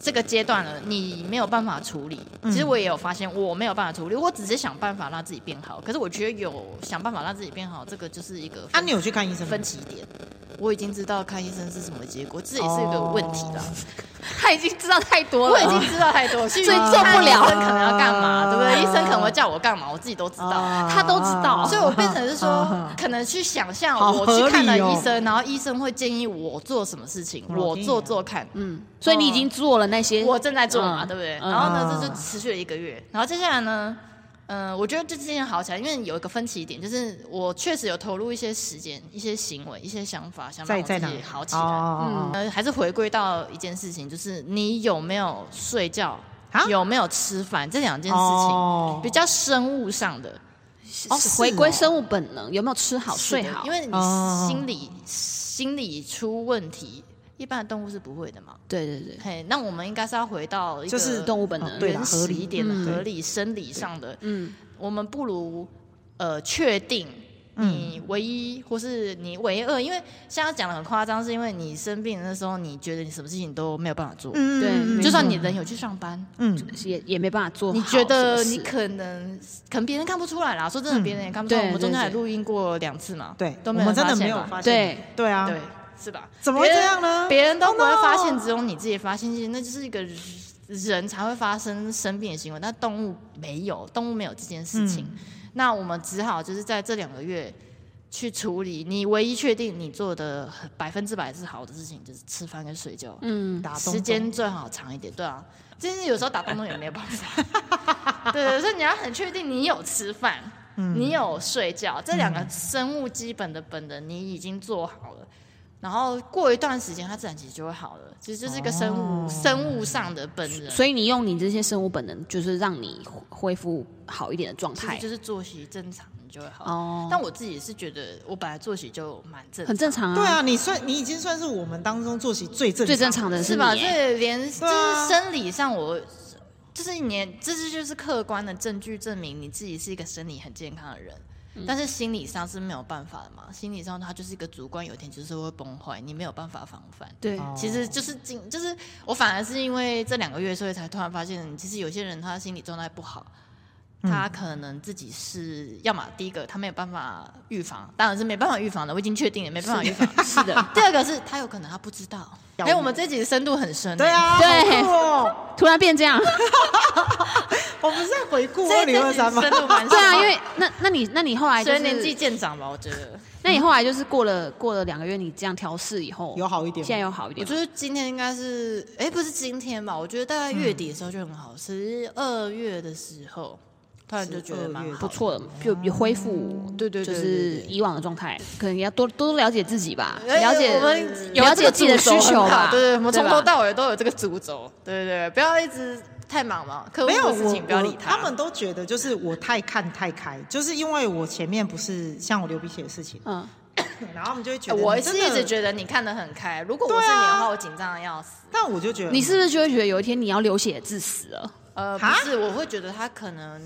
Speaker 3: 这个阶段了，你没有办法处理。
Speaker 1: 嗯
Speaker 3: 其实我也有发现，我没有办法处理，我只是想办法让自己变好。可是我觉得有想办法让自己变好，这个就是一个
Speaker 1: 啊，
Speaker 3: 分
Speaker 1: 你有去看医生吗
Speaker 3: 分？歧点。我已经知道看医生是什么结果，这也是一
Speaker 1: 哦
Speaker 3: 个问题 啦。
Speaker 2: 他已经知道太多
Speaker 3: 我已经知道太多，所
Speaker 2: 所以做不了
Speaker 3: 医生可能要干嘛，对不对？
Speaker 1: 啊
Speaker 3: 医生可能会叫我干嘛，我自己都知道。
Speaker 1: 哦
Speaker 2: 他都知道
Speaker 3: 所以我变成是说
Speaker 1: 啊，
Speaker 3: 可能去想象
Speaker 1: 好
Speaker 3: 我去看了
Speaker 1: 合理哦
Speaker 3: 医生，然后医生会建议我做什么事情，
Speaker 1: 嗯
Speaker 3: 我做做看。
Speaker 2: 嗯，所以你已经做了那些，
Speaker 3: 我正在做嘛，
Speaker 2: 嗯
Speaker 3: 对不对？
Speaker 2: 嗯
Speaker 3: 然后呢，
Speaker 1: 嗯
Speaker 3: 这就持续了一个月。然后接下来呢，嗯，我觉得这之间好起来，因为有一个分歧点，就是我确实有投入一些时间、一些行为、一些想法，想让
Speaker 1: 在
Speaker 3: 我
Speaker 1: 在
Speaker 3: 自
Speaker 1: 哪
Speaker 3: 己？好起来。
Speaker 1: 哦，
Speaker 3: 呃，还是回归到一件事情，就是你有没有睡觉
Speaker 1: 啊，
Speaker 3: 有没有吃饭嗯这两件事情，
Speaker 1: 哦
Speaker 3: 比较生物上的。
Speaker 1: 哦是
Speaker 2: 回归
Speaker 1: 哦
Speaker 2: 生物本能，有没有吃好睡
Speaker 3: 是的
Speaker 2: 好？
Speaker 3: 因为你
Speaker 1: 哦
Speaker 3: 心理、心理出问题，一般的动物是不会的嘛。
Speaker 2: 对对对，
Speaker 3: 嘿，那我们应该是要回到一
Speaker 1: 就
Speaker 3: 个
Speaker 1: 是
Speaker 2: 动物本能
Speaker 1: 对啦
Speaker 3: 原
Speaker 1: 合
Speaker 3: 始
Speaker 1: 理
Speaker 3: 一点的、
Speaker 2: 嗯
Speaker 3: 合理生理上的。
Speaker 2: 嗯，
Speaker 3: 我们不如呃确定
Speaker 1: 嗯
Speaker 3: 你唯一、或是你唯二，因为现在讲的很夸张，是因为你生病的那时候，你觉得你什么事情都没有办法做，
Speaker 1: 嗯
Speaker 2: 对
Speaker 1: 嗯
Speaker 2: 没
Speaker 3: 就
Speaker 2: 错
Speaker 3: 算你人有去上班，
Speaker 1: 嗯，
Speaker 2: 也也没办法做好
Speaker 3: 你
Speaker 2: 什么事。
Speaker 3: 觉得你可能可能别人看不出来啦，说真的，
Speaker 1: 嗯
Speaker 3: 别人也看不出来。
Speaker 2: 对
Speaker 3: 我们中
Speaker 2: 对
Speaker 3: 间也
Speaker 2: 对
Speaker 3: 录音过两次嘛，
Speaker 1: 对，
Speaker 3: 都没
Speaker 1: 我
Speaker 3: 有
Speaker 1: 们真
Speaker 3: 人
Speaker 1: 的
Speaker 3: 现
Speaker 1: 没有
Speaker 3: 吧
Speaker 1: 发现，
Speaker 2: 对
Speaker 1: 对啊，
Speaker 3: 对，是吧？
Speaker 1: 怎么会
Speaker 3: 别人
Speaker 1: 这样呢
Speaker 3: 别人都
Speaker 1: Oh
Speaker 3: 不会发
Speaker 1: no
Speaker 3: 现，只有你自己发现，其实那就是一个人人才会发生生病的行为，那动物没有，动物没有这件事情。
Speaker 1: 嗯
Speaker 3: 那我们只好就是在这两个月去处理。你唯一确定你做的百分之百是好的事情，就是吃饭跟睡觉。
Speaker 2: 嗯，
Speaker 1: 打东
Speaker 3: 时间最好长一点，对啊，真是有时候打东东也没有办法。 对对，所以你要很确定你有吃饭，
Speaker 2: 嗯
Speaker 3: 你有睡觉，这两个生物基本的本能你已经做好了。然后过一段时间，它自然其实就会好了。其实就是一个生物、生物上的本能，
Speaker 2: 哦所以你用你这些生物本能，就是让你恢复好一点的状
Speaker 3: 其实
Speaker 2: 态。
Speaker 3: 就是作息正常，你就会好。
Speaker 2: 哦
Speaker 3: 但我自己是觉得，我本来作息就蛮正常，
Speaker 2: 很正常啊，
Speaker 1: 对啊，你算你已经算是我们当中作息最正
Speaker 2: 最正常的
Speaker 3: 是
Speaker 2: 你
Speaker 3: 吧？
Speaker 2: 耶
Speaker 3: 这连就
Speaker 1: 对啊
Speaker 3: 是生理上我，就是你，这是就是客观的证据证明你自己是一个生理很健康的人，
Speaker 2: 嗯
Speaker 3: 但是心理上是没有办法的嘛。心理上它就是一个主观，有一天就是会崩坏，你没有办法防范。
Speaker 2: 对
Speaker 1: 哦
Speaker 3: 其实就是今，就是我反而是因为这两个月，所以才突然发现，其实有些人他心理状态不好，他可能自己是要么第一个他没有办法预防，当然是没办法预防的，我已经确定了没办法预防。
Speaker 2: 是的。
Speaker 3: 第二个是他有可能他不知道，
Speaker 1: 要
Speaker 3: 哎、
Speaker 1: 命
Speaker 3: 我们这集的深度很深、
Speaker 1: 对，啊，
Speaker 2: 对
Speaker 1: 好酷哦，
Speaker 2: 突然变这样，
Speaker 1: 我们是在回顾
Speaker 3: 这
Speaker 1: 二
Speaker 3: 一集
Speaker 1: 零二三吗
Speaker 3: 深？度 蛮深的，
Speaker 2: 对啊，因为那那你那你后来就
Speaker 3: 随
Speaker 2: 是
Speaker 3: 着年纪渐长吧，我觉得。
Speaker 2: 那你后来就是过了过了两个月，你这样调试以后，
Speaker 1: 有好一点吗
Speaker 2: 现在有好一
Speaker 3: 我
Speaker 2: 点
Speaker 3: 觉
Speaker 2: 吗。
Speaker 3: 得今天应该是，哎、不是今天吧？我觉得大概月底的时候就很好，十二、月的时候，突然就觉得蛮
Speaker 1: 12月
Speaker 3: 好
Speaker 2: 不
Speaker 3: 的。
Speaker 2: 错了，就有恢复，
Speaker 3: 对对对
Speaker 2: 就是
Speaker 3: 对
Speaker 2: 以往的状态，可能也要多多了解自己吧，
Speaker 3: 哎
Speaker 2: 了解
Speaker 3: 我们有
Speaker 2: 了
Speaker 3: 这个
Speaker 2: 解自己的
Speaker 3: 主轴
Speaker 2: 需求
Speaker 3: 很
Speaker 2: 吧，
Speaker 3: 好对对，我们从头
Speaker 2: 吧
Speaker 3: 到尾都有这个主轴，对对对，不要一直太忙嘛，客户
Speaker 1: 没有
Speaker 3: 的事
Speaker 1: 我
Speaker 3: 情不要理
Speaker 1: 我他们都觉得就是我太看太开，就是因为我前面不是像我流鼻血的事情，
Speaker 2: 嗯，
Speaker 1: 然后他们就会觉
Speaker 3: 哎
Speaker 1: 得
Speaker 3: 我
Speaker 1: 你
Speaker 3: 是
Speaker 1: 真
Speaker 3: 一
Speaker 1: 的
Speaker 3: 直觉得你看得很开，如果我
Speaker 1: 对
Speaker 3: 是你的
Speaker 1: 啊
Speaker 3: 话，我紧张的要死。
Speaker 1: 但我就觉得
Speaker 2: 你是不是就会觉得有一天你要流血致死了？
Speaker 3: 呃，不
Speaker 1: 啊哈
Speaker 3: 是，我会觉得他可能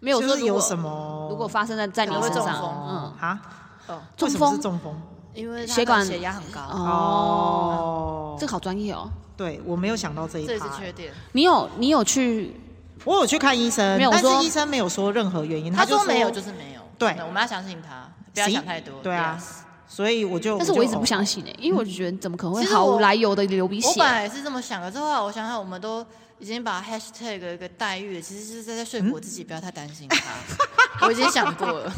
Speaker 2: 没有
Speaker 1: 就
Speaker 2: 说
Speaker 1: 是
Speaker 2: 如果
Speaker 1: 有什么
Speaker 2: 如果发生在在你
Speaker 3: 可能会
Speaker 2: 身
Speaker 3: 中
Speaker 2: 上，
Speaker 3: 风
Speaker 2: 嗯，
Speaker 1: 啊，
Speaker 3: 哦，
Speaker 1: 为
Speaker 2: 中
Speaker 1: 什么是
Speaker 2: 风
Speaker 1: 中风？
Speaker 3: 因为他
Speaker 2: 血管
Speaker 3: 的血压很高，
Speaker 2: 哦，
Speaker 1: 哦
Speaker 2: 这，个好专业哦。
Speaker 1: 对我没有想到这一
Speaker 3: 这也是
Speaker 1: 趴，
Speaker 3: 缺点。
Speaker 2: 你有你有去
Speaker 1: 我有去看医生，
Speaker 2: 没有我
Speaker 1: 但是
Speaker 2: 说
Speaker 1: 医生没有说任何原因，
Speaker 3: 他
Speaker 1: 嗯就
Speaker 3: 说没有就是没有，
Speaker 1: 对
Speaker 3: 真的我们要相信他，不要
Speaker 1: 行
Speaker 3: 想太多。
Speaker 1: 对啊
Speaker 3: Yes
Speaker 1: 所以我就，
Speaker 2: 但是我一直
Speaker 1: 就哦
Speaker 2: 不。相信呢、因为我就觉得怎么可能会
Speaker 3: 哦其实
Speaker 2: 毫
Speaker 3: 我
Speaker 2: 无来由的流鼻
Speaker 3: 我
Speaker 2: 血啊
Speaker 3: 本？来也是这么想，可是后来我想想，我们都已经把 hashtag 有一个待遇，其实是在在说服自己不要太担心 他。我已经想过了，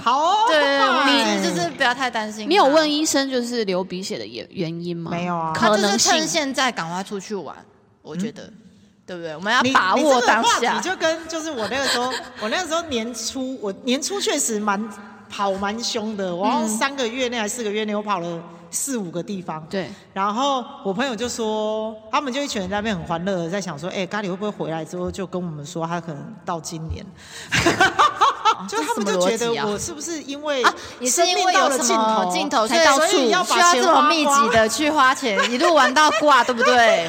Speaker 1: 好哦，
Speaker 3: 对对，我
Speaker 1: 哎
Speaker 3: 们就是不要太担心他。
Speaker 2: 你有问医生就是流鼻血的原原因吗？
Speaker 1: 没有啊
Speaker 3: 他
Speaker 2: 可
Speaker 3: 就
Speaker 2: 能
Speaker 3: 是
Speaker 2: 性
Speaker 3: 趁现在赶快出去玩，我觉得，对不对？我们要
Speaker 1: 你
Speaker 3: 把
Speaker 1: 你这
Speaker 3: 握
Speaker 1: 个
Speaker 3: 当
Speaker 1: 话题
Speaker 3: 下。
Speaker 1: 就跟就是我那个时候，我那个时候年初，我年初确实蛮跑蛮凶的，我好
Speaker 3: 嗯
Speaker 1: 像三个月内还是四个月内，我跑了四五个地方。
Speaker 2: 对，
Speaker 1: 然后我朋友就说，他们就一群人在那边很欢乐的在想说，哎、咖喱会不会回来之后就跟我们说他可能到今年，
Speaker 3: 哦
Speaker 1: 就他们就觉
Speaker 2: 这是什么逻辑
Speaker 1: 得
Speaker 2: 啊
Speaker 1: 我是不是因为
Speaker 3: 啊，你是
Speaker 1: 生
Speaker 3: 因
Speaker 1: 命
Speaker 3: 为
Speaker 1: 到
Speaker 3: 有
Speaker 1: 了
Speaker 3: 什
Speaker 1: 尽
Speaker 3: 么
Speaker 1: 头
Speaker 3: 镜头
Speaker 1: 所
Speaker 3: 所
Speaker 1: 以
Speaker 3: 以到处
Speaker 1: 所以
Speaker 3: 需
Speaker 1: 要
Speaker 3: 要
Speaker 1: 把钱
Speaker 3: 这么
Speaker 1: 花
Speaker 3: 密
Speaker 1: 光
Speaker 3: 集的去花钱，一路玩到挂，对不
Speaker 1: 对
Speaker 3: 对？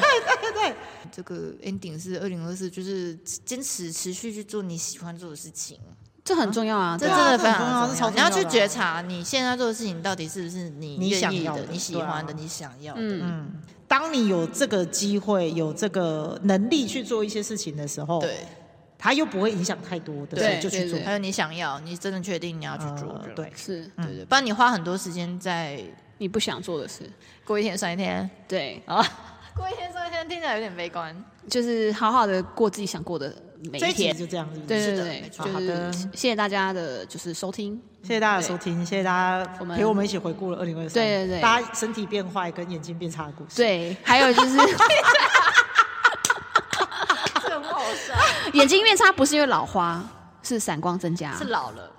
Speaker 1: 对，
Speaker 3: 这个 ending 是二零二四，就是坚持持续去做你喜欢做的事情，
Speaker 2: 这很重要啊。
Speaker 3: 这
Speaker 2: 对
Speaker 1: 啊
Speaker 3: 嗯真
Speaker 2: 啊
Speaker 3: 的非
Speaker 1: 这很重
Speaker 3: 常
Speaker 1: 要
Speaker 3: 重
Speaker 1: 这超
Speaker 3: 要。
Speaker 1: 重
Speaker 3: 你要
Speaker 1: 要的啊
Speaker 3: 去觉察你现在做的事情到底是不是你
Speaker 1: 你
Speaker 3: 愿
Speaker 1: 想
Speaker 3: 意
Speaker 1: 要
Speaker 3: 的
Speaker 1: 的、
Speaker 3: 你喜
Speaker 1: 对啊
Speaker 3: 欢的、你想要的。
Speaker 2: 嗯，
Speaker 1: 当你有这个机会、有这个能力去做一些事情的时候，
Speaker 3: 对，
Speaker 1: 它又不会影响太多的，
Speaker 3: 对
Speaker 1: 所以就去做
Speaker 2: 对。
Speaker 3: 还有你想要，你真的确定你要去做
Speaker 1: 呃，，对，
Speaker 2: 是
Speaker 3: 对对，不然你花很多时间在
Speaker 2: 你不想做的事。
Speaker 3: 过一天算一天
Speaker 2: 对，
Speaker 3: 啊，过一天算一天，听起来有点悲 观。
Speaker 2: 就是好好的过自己想过的每
Speaker 1: 这
Speaker 2: 一
Speaker 1: 一集
Speaker 2: 天。
Speaker 1: 就这样，是不
Speaker 2: 对
Speaker 1: 是
Speaker 3: 是
Speaker 2: 对
Speaker 3: 的
Speaker 2: 对
Speaker 3: 没，
Speaker 1: 错
Speaker 2: 就
Speaker 1: 好的
Speaker 2: 是谢谢大家的，就是收听。
Speaker 1: 谢谢大家的收听，谢谢大家
Speaker 2: 我们
Speaker 1: 陪我们一起回顾了二零二三，
Speaker 2: 对对对
Speaker 1: 大家身体变坏跟眼睛变差的故事。
Speaker 2: 对，还有就是
Speaker 3: 这很好笑，
Speaker 2: 眼睛变差不是因为老花，是散光增加。
Speaker 3: 是老 了，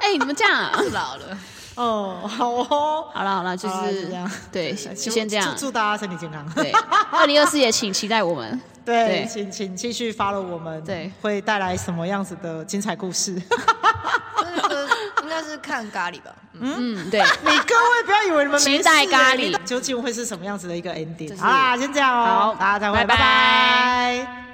Speaker 2: 哎，你们这样啊，
Speaker 3: 是老了。
Speaker 1: 哦，好哦，
Speaker 2: 好了好了，就
Speaker 1: 好啦就是这样
Speaker 2: 对，
Speaker 1: 哎
Speaker 2: 先
Speaker 1: 希
Speaker 2: 就
Speaker 1: 望
Speaker 2: 先这样
Speaker 1: 祝。祝大家身体健康。
Speaker 2: 对，二零二四也请期待我们。
Speaker 1: 对，
Speaker 2: 对
Speaker 1: 请请继续 follow 我们，
Speaker 2: 对，
Speaker 1: 会带来什么样子的精彩故事？
Speaker 3: 这个应该是看咖喱吧，
Speaker 2: 嗯，对，
Speaker 1: 你各位不要以为你们没
Speaker 2: 期待
Speaker 1: 事
Speaker 2: 咖喱
Speaker 1: 你到究竟会是什么样子的一个
Speaker 2: 就
Speaker 1: ending？
Speaker 2: 是
Speaker 1: 好啦，先这样哦，
Speaker 2: 好
Speaker 1: 大家再会，
Speaker 2: 拜拜
Speaker 1: 拜拜